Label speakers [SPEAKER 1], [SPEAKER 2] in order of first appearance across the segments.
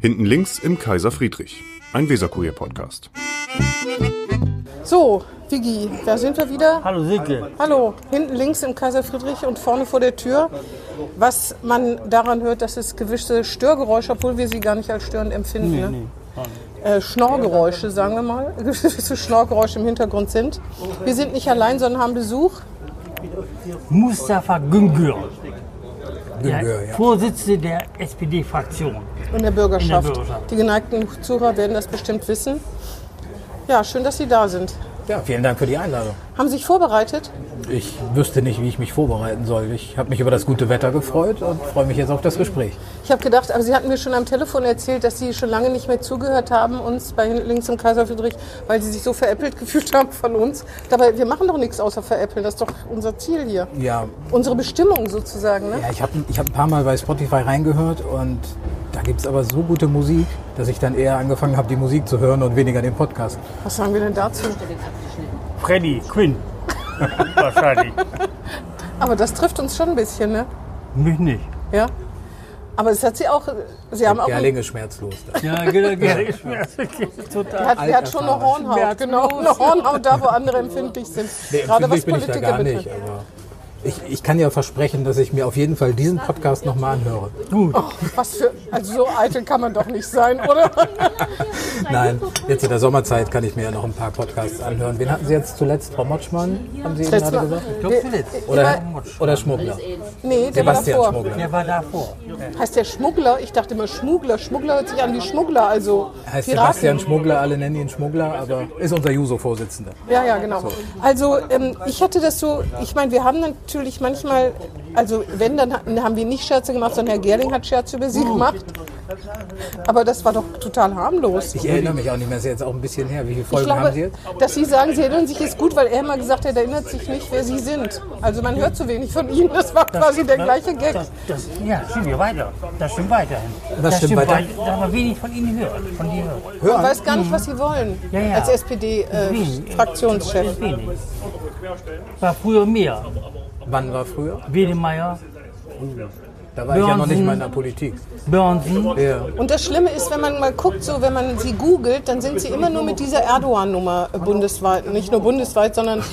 [SPEAKER 1] Hinten links im Kaiser Friedrich, ein Weserkurier-Podcast.
[SPEAKER 2] So, Vigi, da sind wir wieder.
[SPEAKER 3] Hallo Silke.
[SPEAKER 2] Hallo, hinten links im Kaiser Friedrich und vorne vor der Tür. Was man daran hört, dass es gewisse Störgeräusche, obwohl wir sie gar nicht als störend empfinden, ne? äh, Schnorrgeräusche, sagen wir mal, gewisse Schnorrgeräusche im Hintergrund sind. Wir sind nicht allein, sondern haben Besuch.
[SPEAKER 3] Mustafa Güngör, der
[SPEAKER 4] Güngör, ja.
[SPEAKER 3] Vorsitzende der SPD-Fraktion.
[SPEAKER 2] In der Bürgerschaft.
[SPEAKER 3] In der Bürgerschaft.
[SPEAKER 2] Die geneigten Zuhörer werden das bestimmt wissen. Ja, schön, dass Sie da sind.
[SPEAKER 4] ja, vielen Dank für die Einladung.
[SPEAKER 2] Haben Sie sich vorbereitet?
[SPEAKER 4] Ich wüsste nicht, wie ich mich vorbereiten soll. Ich habe mich über das gute Wetter gefreut und freue mich jetzt auf das Gespräch.
[SPEAKER 2] Ich habe gedacht, aber Sie hatten mir schon am Telefon erzählt, dass Sie schon lange nicht mehr zugehört haben, uns bei Links im Kaiser Friedrich, weil Sie sich so veräppelt gefühlt haben von uns. Dabei, wir machen doch nichts außer veräppeln. Das ist doch unser Ziel hier.
[SPEAKER 4] Ja,
[SPEAKER 2] Unsere Bestimmung sozusagen, ne?
[SPEAKER 4] ja ich habe ich hab ein paar Mal bei Spotify reingehört und da gibt es aber so gute Musik, dass ich dann eher angefangen habe, die Musik zu hören und weniger den Podcast.
[SPEAKER 2] Was sagen wir denn dazu?
[SPEAKER 3] Freddy Quinn. Wahrscheinlich.
[SPEAKER 2] Aber das trifft uns schon ein bisschen, ne?
[SPEAKER 3] Mich nicht.
[SPEAKER 2] Ja. Aber es hat Sie auch, Sie haben auch,
[SPEAKER 4] Gerling ist schmerzlos.
[SPEAKER 3] Ja, genau. Total.
[SPEAKER 2] er hat, er hat schon eine
[SPEAKER 4] Alterfahrung.
[SPEAKER 2] Hornhaut, genau, eine Hornhaut da, wo andere empfindlich sind. Gerade was
[SPEAKER 4] Empfindlich bin ich da
[SPEAKER 2] Politiker
[SPEAKER 4] gar nicht,
[SPEAKER 2] betrifft.
[SPEAKER 4] aber ich, ich kann ja versprechen, dass ich mir auf jeden Fall diesen Podcast nochmal anhöre.
[SPEAKER 2] Was für, also so eitel kann man doch nicht sein, oder?
[SPEAKER 4] Nein, jetzt in der Sommerzeit kann ich mir ja noch ein paar Podcasts anhören. Wen hatten Sie jetzt zuletzt? Frau Motschmann, haben Sie eben
[SPEAKER 2] Letztes
[SPEAKER 4] gerade
[SPEAKER 2] Mal-
[SPEAKER 4] gesagt?
[SPEAKER 3] glaube, Philipp.
[SPEAKER 4] Oder, oder Schmuggler.
[SPEAKER 2] Nee, der war
[SPEAKER 4] Sebastian
[SPEAKER 2] davor.
[SPEAKER 4] Schmuggler.
[SPEAKER 3] Der war davor.
[SPEAKER 2] Heißt der Schmuggler? Ich dachte immer Schmuggler. Schmuggler hört sich an wie Schmuggler, also
[SPEAKER 4] Heißt
[SPEAKER 2] Piraten.
[SPEAKER 4] Sebastian Schmuggler, alle nennen ihn Schmuggler, aber ist unser Juso-Vorsitzender.
[SPEAKER 2] Ja, ja, genau. Also ähm, ich hatte das so, ich meine, wir haben natürlich manchmal, also wenn, dann ha- haben wir nicht Scherze gemacht, sondern Herr Gerling hat Scherze über Sie gemacht. Aber das war doch total harmlos.
[SPEAKER 4] Ich erinnere mich auch nicht mehr, ist jetzt auch ein bisschen her. Wie viele
[SPEAKER 2] Ich
[SPEAKER 4] Folgen haben Sie
[SPEAKER 2] glaube,
[SPEAKER 4] jetzt?
[SPEAKER 2] dass Sie sagen, Sie erinnern sich ist gut, weil er immer gesagt hat, er erinnert sich nicht, wer Sie sind. Also man hört zu wenig von Ihnen. Das war quasi der gleiche Gag.
[SPEAKER 3] Das, das, ja, stimmt ja weiter. Das stimmt weiterhin.
[SPEAKER 4] Das stimmt weiter.
[SPEAKER 3] Da haben wir wenig von Ihnen gehört. Von dir gehört.
[SPEAKER 2] Man weiß gar nicht, was Sie wollen
[SPEAKER 3] Ja, ja.
[SPEAKER 2] als äh,
[SPEAKER 4] Mhm.
[SPEAKER 2] SPD-Fraktionschef.
[SPEAKER 3] Wenig. Wenig. War früher mehr.
[SPEAKER 4] Wann war früher?
[SPEAKER 3] Wedemeyer,
[SPEAKER 4] Da war ich ja noch nicht
[SPEAKER 2] hm.
[SPEAKER 3] Börsen.
[SPEAKER 4] mal in der Politik.
[SPEAKER 3] Börnsen.
[SPEAKER 4] Ja.
[SPEAKER 2] Und das Schlimme ist, wenn man mal guckt, so wenn man sie googelt, dann sind sie immer nur mit dieser Erdogan-Nummer äh, bundesweit, nicht nur bundesweit, sondern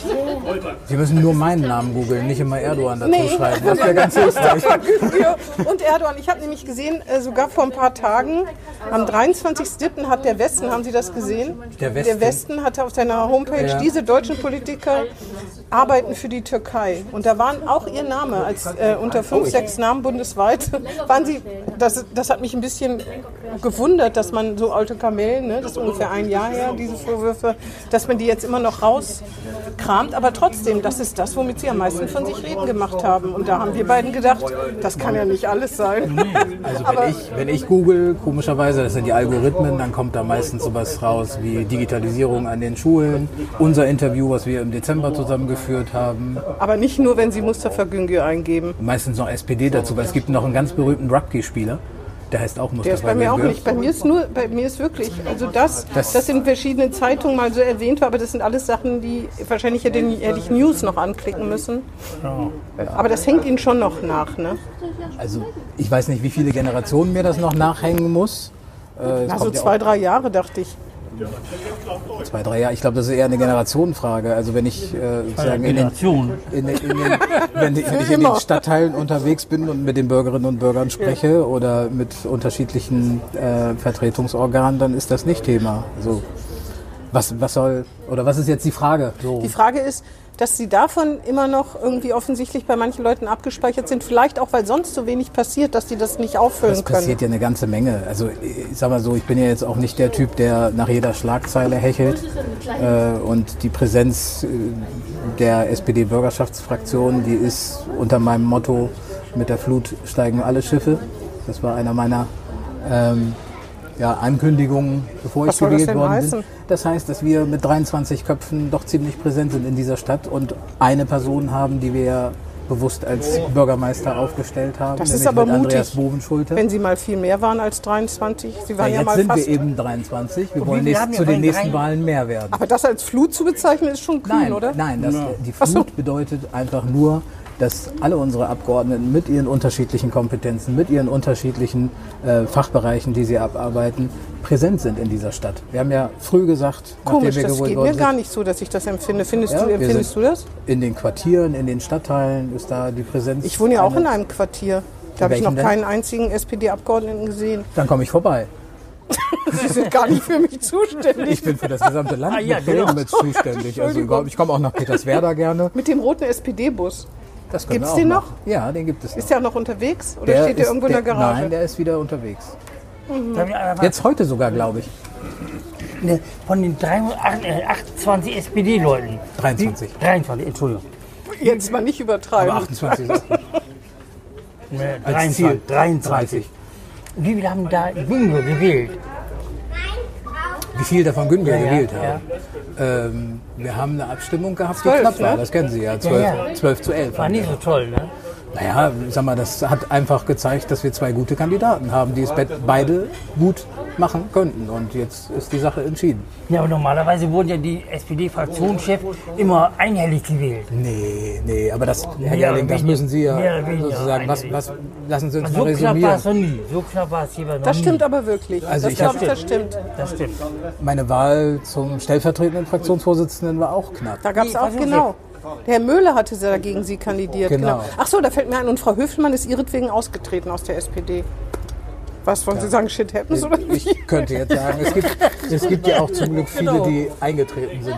[SPEAKER 4] Sie müssen nur meinen Namen googeln, nicht immer Erdogan dazu
[SPEAKER 2] Nee.
[SPEAKER 4] schreiben. Das wäre ganz hilfreich.
[SPEAKER 2] und Erdogan. Ich habe nämlich gesehen, äh, sogar vor ein paar Tagen, am 23.07. hat der Westen, haben Sie das gesehen?
[SPEAKER 4] Der Westen?
[SPEAKER 2] Der Westen hatte auf seiner Homepage,
[SPEAKER 4] Ja.
[SPEAKER 2] diese deutschen Politiker arbeiten für die Türkei. Und da waren auch ihr Name, als äh, unter
[SPEAKER 4] Oh,
[SPEAKER 2] fünf, sechs Namen bundesweit, waren sie, das, das hat mich ein bisschen gewundert, dass man so alte Kamellen, ne, das ist ungefähr ein Jahr her, diese Vorwürfe, dass man die jetzt immer noch rauskramt. Aber trotzdem, das ist das, womit sie am meisten von sich reden gemacht haben. Und da haben wir beiden gedacht, das kann ja nicht alles sein.
[SPEAKER 4] Also wenn ich, wenn ich google, komischerweise, das sind die Algorithmen, dann kommt da meistens sowas raus wie Digitalisierung an den Schulen, unser Interview, was wir im Dezember zusammengeführt haben,
[SPEAKER 2] Aber nicht nur, wenn sie Mustafa Güngör eingeben.
[SPEAKER 4] meistens noch SPD dazu, weil es gibt noch einen ganz berühmten Rugby-Spieler, der heißt auch Mustafa
[SPEAKER 2] Der ist bei mir auch
[SPEAKER 4] Güngör.
[SPEAKER 2] nicht. Bei mir ist nur, bei mir ist wirklich, also das, das, in verschiedenen Zeitungen mal so erwähnt war, aber das sind alles Sachen, die wahrscheinlich hätte, hätte ich News noch anklicken müssen. Aber das hängt ihnen schon noch nach, ne?
[SPEAKER 4] Also ich weiß nicht, wie viele Generationen mir das noch nachhängen muss. Äh, es
[SPEAKER 2] Also
[SPEAKER 4] kommt ja
[SPEAKER 2] zwei, drei Jahre dachte ich.
[SPEAKER 4] auch zwei, drei Jahre. Ich glaube, das ist eher eine Generationenfrage. Also wenn ich äh, sozusagen in den,
[SPEAKER 3] Generation.
[SPEAKER 4] in, den- in den, wenn, ich- wenn ich in
[SPEAKER 2] immer.
[SPEAKER 4] den Stadtteilen unterwegs bin und mit den Bürgerinnen und Bürgern spreche oder mit unterschiedlichen äh, Vertretungsorganen, dann ist das nicht Thema. So. Was, was soll oder was ist jetzt die Frage? So.
[SPEAKER 2] Die Frage ist, dass sie davon immer noch irgendwie offensichtlich bei manchen Leuten abgespeichert sind. Vielleicht auch, weil sonst so wenig passiert, dass sie das nicht auffüllen
[SPEAKER 4] Es
[SPEAKER 2] können.
[SPEAKER 4] passiert ja eine ganze Menge. Also ich sag mal so, ich bin ja jetzt auch nicht der Typ, der nach jeder Schlagzeile hechelt. Äh, und die Präsenz äh, der SPD-Bürgerschaftsfraktion, die ist unter meinem Motto, mit der Flut steigen alle Schiffe. Das war einer meiner ähm, ja, Ankündigungen, bevor
[SPEAKER 2] Was
[SPEAKER 4] ich
[SPEAKER 2] soll das
[SPEAKER 4] gewählt
[SPEAKER 2] denn
[SPEAKER 4] worden
[SPEAKER 2] heißen?
[SPEAKER 4] bin. Das heißt, dass wir mit 23 Köpfen doch ziemlich präsent sind in dieser Stadt und eine Person haben, die wir ja bewusst als Bürgermeister aufgestellt haben,
[SPEAKER 2] Das
[SPEAKER 4] nämlich
[SPEAKER 2] ist aber
[SPEAKER 4] mit Andreas
[SPEAKER 2] mutig.
[SPEAKER 4] Bovenschulte.
[SPEAKER 2] Wenn sie mal viel mehr waren als 23, sie
[SPEAKER 4] Ja,
[SPEAKER 2] waren ja,
[SPEAKER 4] jetzt
[SPEAKER 2] mal
[SPEAKER 4] sind
[SPEAKER 2] fast.
[SPEAKER 4] wir eben 23. Wir wollen
[SPEAKER 3] wir haben
[SPEAKER 4] nächst,
[SPEAKER 3] ja
[SPEAKER 4] zu den
[SPEAKER 3] bei
[SPEAKER 4] nächsten
[SPEAKER 3] drei-
[SPEAKER 4] Wahlen mehr werden.
[SPEAKER 2] aber das als Flut zu bezeichnen, ist schon kühn,
[SPEAKER 4] nein,
[SPEAKER 2] oder?
[SPEAKER 4] nein, das, die
[SPEAKER 2] Ach so.
[SPEAKER 4] Flut bedeutet einfach nur, dass alle unsere Abgeordneten mit ihren unterschiedlichen Kompetenzen, mit ihren unterschiedlichen äh, Fachbereichen, die sie abarbeiten, präsent sind in dieser Stadt. Wir haben ja früh gesagt,
[SPEAKER 2] Komisch,
[SPEAKER 4] nachdem wir
[SPEAKER 2] das
[SPEAKER 4] gewählt
[SPEAKER 2] geht
[SPEAKER 4] worden
[SPEAKER 2] mir
[SPEAKER 4] sind,
[SPEAKER 2] gar nicht so, dass ich das empfinde. Findest
[SPEAKER 4] Ja,
[SPEAKER 2] du,
[SPEAKER 4] wir
[SPEAKER 2] empfindest du
[SPEAKER 4] sind-
[SPEAKER 2] das?
[SPEAKER 4] in den Quartieren, in den Stadtteilen ist da die Präsenz.
[SPEAKER 2] Ich wohne ja auch
[SPEAKER 4] eine-
[SPEAKER 2] in einem Quartier. Da habe ich
[SPEAKER 4] welchem
[SPEAKER 2] noch
[SPEAKER 4] denn?
[SPEAKER 2] keinen einzigen SPD-Abgeordneten gesehen.
[SPEAKER 4] Dann komme ich vorbei.
[SPEAKER 2] Die sind gar nicht für mich zuständig.
[SPEAKER 4] Ich bin für das gesamte Land
[SPEAKER 3] Ah, ja,
[SPEAKER 4] mit Bremen
[SPEAKER 3] genau.
[SPEAKER 4] mit zuständig. Also überhaupt, ich komme auch nach Peterswerda gerne.
[SPEAKER 2] Mit dem roten SPD-Bus.
[SPEAKER 4] Das können wir
[SPEAKER 2] Gibt's
[SPEAKER 4] auch
[SPEAKER 2] den noch?
[SPEAKER 4] machen. Ja, den gibt es noch.
[SPEAKER 2] Ist der noch unterwegs oder steht der
[SPEAKER 4] ist-
[SPEAKER 2] irgendwo in der Garage?
[SPEAKER 4] Nein, der ist wieder unterwegs.
[SPEAKER 3] Ah. Jetzt.
[SPEAKER 4] Jetzt heute sogar, glaube ich.
[SPEAKER 3] Ne, Von den äh, 328 SPD-Leuten.
[SPEAKER 4] 23.
[SPEAKER 3] 23, Entschuldigung.
[SPEAKER 2] Jetzt mal nicht übertreiben.
[SPEAKER 4] Aber 28 ist auch Ne,
[SPEAKER 3] Äh,
[SPEAKER 4] als Ziel.
[SPEAKER 3] 23, 23. Wie viele haben da Bingo gewählt?
[SPEAKER 4] Wie viel davon Günther
[SPEAKER 3] ja,
[SPEAKER 4] gewählt
[SPEAKER 3] ja.
[SPEAKER 4] haben. Ähm, wir haben eine Abstimmung gehabt,
[SPEAKER 2] Zwölf,
[SPEAKER 4] die knapp war.
[SPEAKER 2] ne?
[SPEAKER 4] Das kennen Sie ja. 12,
[SPEAKER 3] ja.
[SPEAKER 4] 12 zu 11.
[SPEAKER 3] War nicht so toll, ne?
[SPEAKER 4] Naja, ich sag mal, das hat einfach gezeigt, dass wir zwei gute Kandidaten haben, die es be- beide gut machen könnten. Und jetzt ist die Sache entschieden.
[SPEAKER 3] Ja, aber normalerweise wurden ja die SPD-Fraktionschefs immer einhellig gewählt.
[SPEAKER 4] Nee, nee, aber das, Herr
[SPEAKER 3] Mehr
[SPEAKER 4] Gerling,
[SPEAKER 3] oder
[SPEAKER 4] das müssen Sie ja
[SPEAKER 3] weniger. Mehr oder weniger
[SPEAKER 4] sozusagen, was,
[SPEAKER 3] eigentlich.
[SPEAKER 4] was, lassen Sie uns
[SPEAKER 3] So
[SPEAKER 4] mal
[SPEAKER 3] knapp war
[SPEAKER 4] resümieren.
[SPEAKER 3] es noch nie. So knapp war es jeweils noch
[SPEAKER 2] Das
[SPEAKER 3] nie.
[SPEAKER 2] stimmt aber wirklich.
[SPEAKER 4] Also
[SPEAKER 2] das
[SPEAKER 4] ich
[SPEAKER 2] glaube ich,
[SPEAKER 4] hab-
[SPEAKER 2] das stimmt.
[SPEAKER 3] Das stimmt.
[SPEAKER 4] Meine Wahl zum stellvertretenden Fraktionsvorsitzenden war auch knapp.
[SPEAKER 2] Da gab es
[SPEAKER 3] Nee,
[SPEAKER 2] auch,
[SPEAKER 3] weiß ich
[SPEAKER 2] genau. Der Herr Möhle hatte sie dagegen sie kandidiert.
[SPEAKER 4] Genau.
[SPEAKER 2] Ach so, da fällt mir ein, und Frau Höfmann ist ihretwegen ausgetreten aus der SPD. Was wollen Sie sagen, shit happens oder wie?
[SPEAKER 4] Ich könnte jetzt sagen, es gibt, es gibt ja auch zum Glück
[SPEAKER 2] Genau.
[SPEAKER 4] viele, die eingetreten sind.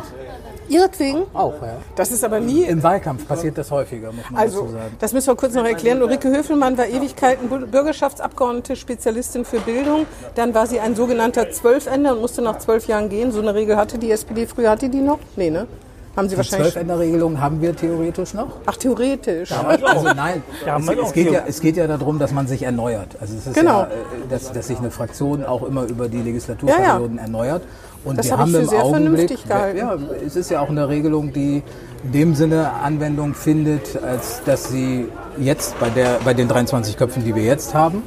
[SPEAKER 2] Ihretwegen?
[SPEAKER 4] Auch, ja.
[SPEAKER 2] Das ist aber nie
[SPEAKER 4] Im Wahlkampf passiert das häufiger, muss man dazu
[SPEAKER 2] Also,
[SPEAKER 4] sagen.
[SPEAKER 2] das müssen wir kurz noch erklären. Ulrike Höfelmann war Ewigkeiten Bu- Bürgerschaftsabgeordnete, Spezialistin für Bildung. Dann war sie ein sogenannter Zwölfender und musste nach zwölf Jahren gehen. So eine Regel hatte die SPD früher. Hatte die noch? Nee, ne? Haben sie wahrscheinlich.
[SPEAKER 4] Zwölfänderregelung haben wir theoretisch noch.
[SPEAKER 2] Ach, theoretisch.
[SPEAKER 4] Also nein,
[SPEAKER 3] Ja,
[SPEAKER 4] es,
[SPEAKER 3] man
[SPEAKER 4] es,
[SPEAKER 3] auch
[SPEAKER 4] geht
[SPEAKER 3] hier.
[SPEAKER 4] ja, es geht ja darum, dass man sich erneuert. Also es ist
[SPEAKER 2] Genau.
[SPEAKER 4] ja, äh, dass, dass sich eine Fraktion auch immer über die Legislaturperioden erneuert. Und
[SPEAKER 2] Das
[SPEAKER 4] wir
[SPEAKER 2] habe
[SPEAKER 4] haben
[SPEAKER 2] ich für
[SPEAKER 4] im
[SPEAKER 2] sehr
[SPEAKER 4] Augenblick,
[SPEAKER 2] vernünftig gehalten.
[SPEAKER 4] Ja, es ist ja auch eine Regelung, die in dem Sinne Anwendung findet, als dass sie jetzt bei, der, bei den 23 Köpfen, die wir jetzt haben,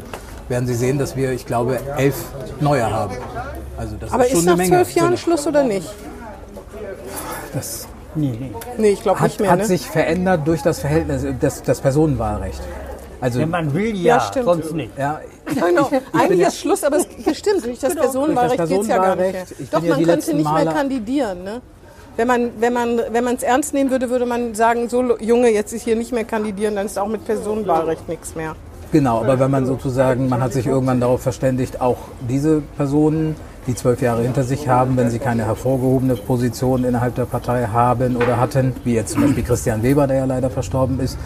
[SPEAKER 4] werden Sie sehen, dass wir, ich glaube, elf neue haben. Also das
[SPEAKER 2] Aber
[SPEAKER 4] ist schon
[SPEAKER 2] ist
[SPEAKER 4] eine
[SPEAKER 2] nach
[SPEAKER 4] Menge.
[SPEAKER 2] zwölf Jahren Schluss oder nicht?
[SPEAKER 4] das
[SPEAKER 2] Nee, ich glaube
[SPEAKER 4] hat,
[SPEAKER 2] nicht mehr.
[SPEAKER 4] hat
[SPEAKER 2] ne?
[SPEAKER 4] sich verändert durch das Verhältnis, das, das Personenwahlrecht. Also
[SPEAKER 3] Wenn man will, ja,
[SPEAKER 2] Ja, stimmt.
[SPEAKER 3] sonst nicht.
[SPEAKER 4] Ja, ich,
[SPEAKER 2] Genau. Eigentlich
[SPEAKER 4] ja-
[SPEAKER 2] ist Schluss, aber es es stimmt. Durch das Personenwahlrecht
[SPEAKER 4] Durch Genau. das
[SPEAKER 2] geht es ja gar nicht mehr.
[SPEAKER 4] Personenwahlrecht, ich
[SPEAKER 2] Doch,
[SPEAKER 4] bin ja
[SPEAKER 2] man
[SPEAKER 4] die
[SPEAKER 2] könnte
[SPEAKER 4] letzten
[SPEAKER 2] nicht mehr
[SPEAKER 4] Male-
[SPEAKER 2] kandidieren. Ne? Wenn man es wenn man, wenn man's ernst nehmen würde, würde man sagen, so lo- Junge, jetzt ist hier nicht mehr kandidieren, dann ist auch mit Personenwahlrecht nichts mehr.
[SPEAKER 4] genau, aber wenn man sozusagen, man hat sich irgendwann darauf verständigt, auch diese Personen, die zwölf Jahre hinter sich haben, wenn sie keine hervorgehobene Position innerhalb der Partei haben oder hatten, wie jetzt zum Beispiel Christian Weber, der ja leider verstorben ist,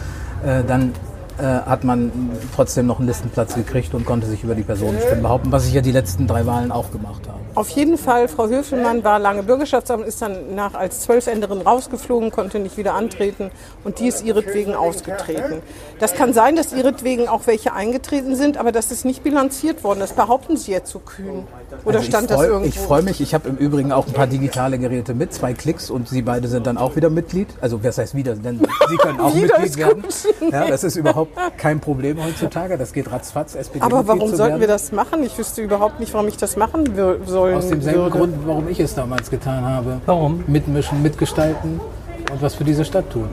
[SPEAKER 4] äh, dann äh, hat man trotzdem noch einen Listenplatz gekriegt und konnte sich über die Personenstimmen behaupten, was ich ja die letzten drei Wahlen auch gemacht habe.
[SPEAKER 2] Auf jeden Fall, Frau Höfelmann war lange Bürgerschaftsabgeordnete, ist dann nach als Zwölfänderin rausgeflogen, konnte nicht wieder antreten und die ist ihretwegen ausgetreten. Das kann sein, dass ihretwegen auch welche eingetreten sind, aber das ist nicht bilanziert worden. Das behaupten Sie jetzt so kühn. Oder
[SPEAKER 4] Also
[SPEAKER 2] stand
[SPEAKER 4] ich
[SPEAKER 2] das
[SPEAKER 4] freu-
[SPEAKER 2] irgendwo?
[SPEAKER 4] Ich freue mich. Ich habe im Übrigen auch ein paar digitale Geräte mit, zwei Klicks und Sie beide sind dann auch wieder Mitglied. Also was heißt wieder? Denn Sie können auch
[SPEAKER 2] Wieder
[SPEAKER 4] Mitglied
[SPEAKER 2] ist
[SPEAKER 4] werden.
[SPEAKER 2] gut.
[SPEAKER 4] Ja, das ist überhaupt kein Problem heutzutage. Das geht ratzfatz. SPD
[SPEAKER 2] Aber warum
[SPEAKER 4] zu
[SPEAKER 2] sollten wir
[SPEAKER 4] werden.
[SPEAKER 2] das machen? Ich wüsste überhaupt nicht, warum ich das machen wir- sollen
[SPEAKER 4] Aus demselben
[SPEAKER 2] würde.
[SPEAKER 4] Grund, warum ich es damals getan habe.
[SPEAKER 3] Warum?
[SPEAKER 4] Mitmischen, mitgestalten und was für diese Stadt tun.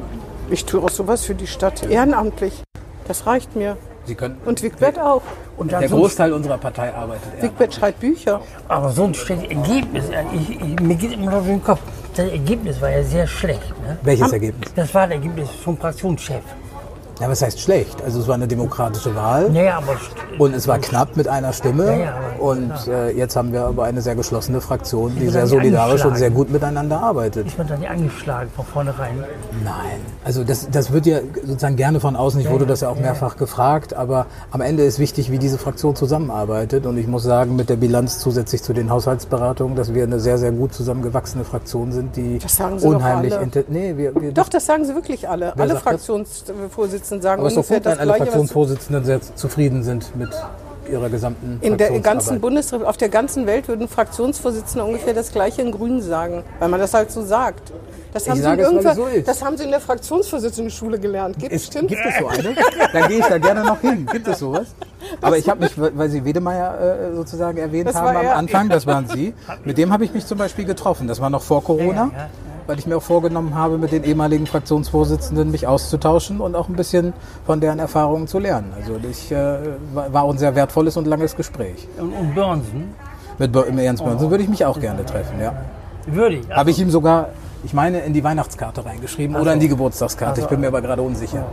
[SPEAKER 2] Ich tue auch sowas für die Stadt ehrenamtlich. Das reicht mir.
[SPEAKER 4] Sie können.
[SPEAKER 2] Und Wigbert auch.
[SPEAKER 3] Und dann
[SPEAKER 4] der
[SPEAKER 3] so ein
[SPEAKER 4] Großteil unserer Partei arbeitet. ehrenamtlich.
[SPEAKER 2] Wigbert schreibt Bücher.
[SPEAKER 3] Aber so ein schlechtes Ergebnis, äh, ich, ich, mir geht immer noch durch den Kopf. Das Ergebnis war ja sehr schlecht. Ne?
[SPEAKER 4] Welches Ergebnis?
[SPEAKER 3] Das war das Ergebnis vom Fraktionschef.
[SPEAKER 4] Ja, was heißt schlecht? Also es war eine demokratische Wahl.
[SPEAKER 3] Naja, aber st-
[SPEAKER 4] Und es war knapp mit einer Stimme.
[SPEAKER 3] Ja, ja, aber-
[SPEAKER 4] und äh, jetzt haben wir aber eine sehr geschlossene Fraktion, die
[SPEAKER 3] bin
[SPEAKER 4] sehr
[SPEAKER 3] doch nicht
[SPEAKER 4] solidarisch und
[SPEAKER 3] angeschlagen.
[SPEAKER 4] sehr gut miteinander arbeitet.
[SPEAKER 3] ist man dann nicht angeschlagen von vornherein.
[SPEAKER 4] Nein. Also das, das wird ja sozusagen gerne von außen, ich wurde das ja auch mehrfach gefragt, aber am Ende ist wichtig, wie diese Fraktion zusammenarbeitet. Und ich muss sagen, mit der Bilanz zusätzlich zu den Haushaltsberatungen, dass wir eine sehr, sehr gut zusammengewachsene Fraktion sind, die
[SPEAKER 2] Das sagen Sie doch
[SPEAKER 4] unheimlich...
[SPEAKER 2] alle.
[SPEAKER 4] inter- Nee, wir, wir
[SPEAKER 2] Doch, das sagen sie wirklich alle. alle
[SPEAKER 4] sagt das?
[SPEAKER 2] Fraktionsvorsitzenden sagen
[SPEAKER 4] aber es ist doch
[SPEAKER 2] ungefähr
[SPEAKER 4] gut, wenn
[SPEAKER 2] das
[SPEAKER 4] alle
[SPEAKER 2] Gleiche. Was
[SPEAKER 4] Fraktionsvorsitzenden sehr zufrieden sind mit ihrer gesamten
[SPEAKER 2] in der ganzen
[SPEAKER 4] Fraktionsarbeit.
[SPEAKER 2] Bundesrepublik, auf der ganzen Welt würden Fraktionsvorsitzende ungefähr das Gleiche in Grün sagen, weil man das halt so sagt. Das haben, sie,
[SPEAKER 4] sage
[SPEAKER 2] in
[SPEAKER 4] es, weil es
[SPEAKER 2] irgendwann-
[SPEAKER 4] so ist.
[SPEAKER 2] das haben sie in der Fraktionsvorsitzendenschule gelernt. Gibt,
[SPEAKER 4] Ist,
[SPEAKER 2] stimmt's?
[SPEAKER 4] gibt es so eine? Dann gehe ich da gerne noch hin. Gibt es sowas? Aber ich habe mich, weil Sie Wedemeyer äh, sozusagen erwähnt
[SPEAKER 2] Das war
[SPEAKER 4] haben am
[SPEAKER 2] er.
[SPEAKER 4] Anfang, das waren Sie, mit dem habe ich mich zum Beispiel getroffen. Das war noch vor Corona. weil ich mir auch vorgenommen habe, mit den ehemaligen Fraktionsvorsitzenden mich auszutauschen und auch ein bisschen von deren Erfahrungen zu lernen. Also ich äh, war war auch ein sehr wertvolles und langes Gespräch.
[SPEAKER 3] Und, und Börnsen
[SPEAKER 4] Mit Bo- mit Jens
[SPEAKER 2] Oh.
[SPEAKER 4] Börnsen würde ich mich auch gerne treffen, ja.
[SPEAKER 3] würde ich.
[SPEAKER 4] Habe ich ihm sogar, ich meine, in die Weihnachtskarte reingeschrieben oder in die Geburtstagskarte. Ich bin mir aber gerade unsicher.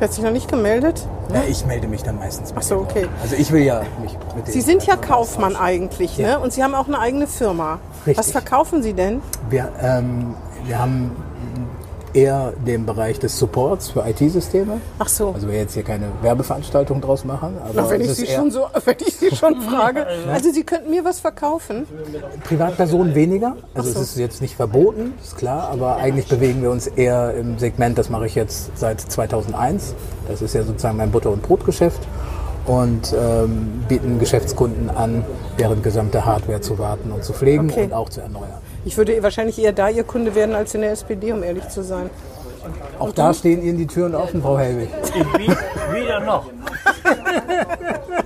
[SPEAKER 2] Der hat sich noch nicht gemeldet.
[SPEAKER 4] Ja, ich melde mich dann meistens. Ach
[SPEAKER 2] so, okay.
[SPEAKER 4] Also ich will ja mich mit denen.
[SPEAKER 2] Sie sind ja Kaufmann eigentlich, ne? Und Sie haben auch eine eigene Firma.
[SPEAKER 4] Richtig.
[SPEAKER 2] Was verkaufen Sie denn?
[SPEAKER 4] Wir, ähm, wir haben eher den Bereich des Supports für IT-Systeme.
[SPEAKER 2] Ach so.
[SPEAKER 4] Also wir jetzt hier keine Werbeveranstaltung draus machen, aber
[SPEAKER 2] Ach, wenn
[SPEAKER 4] es
[SPEAKER 2] ich
[SPEAKER 4] ist
[SPEAKER 2] Sie
[SPEAKER 4] eher
[SPEAKER 2] schon so, wenn ich Sie schon frage. Also Sie könnten mir was verkaufen.
[SPEAKER 4] Privatpersonen weniger. Also
[SPEAKER 2] Ach so.
[SPEAKER 4] es ist jetzt nicht verboten, ist klar, aber eigentlich bewegen wir uns eher im Segment, das mache ich jetzt seit 2001. Das ist ja sozusagen mein Butter- und Brotgeschäft und ähm, bieten Geschäftskunden an, deren gesamte Hardware zu warten und zu pflegen
[SPEAKER 2] Okay.
[SPEAKER 4] und auch zu erneuern.
[SPEAKER 2] Ich würde wahrscheinlich eher da Ihr Kunde werden als in der SPD, um ehrlich zu sein.
[SPEAKER 4] Auch da stehen Ihnen die Türen offen, Frau Helwig.
[SPEAKER 3] Ich bin Also, wieder noch.
[SPEAKER 2] Äh,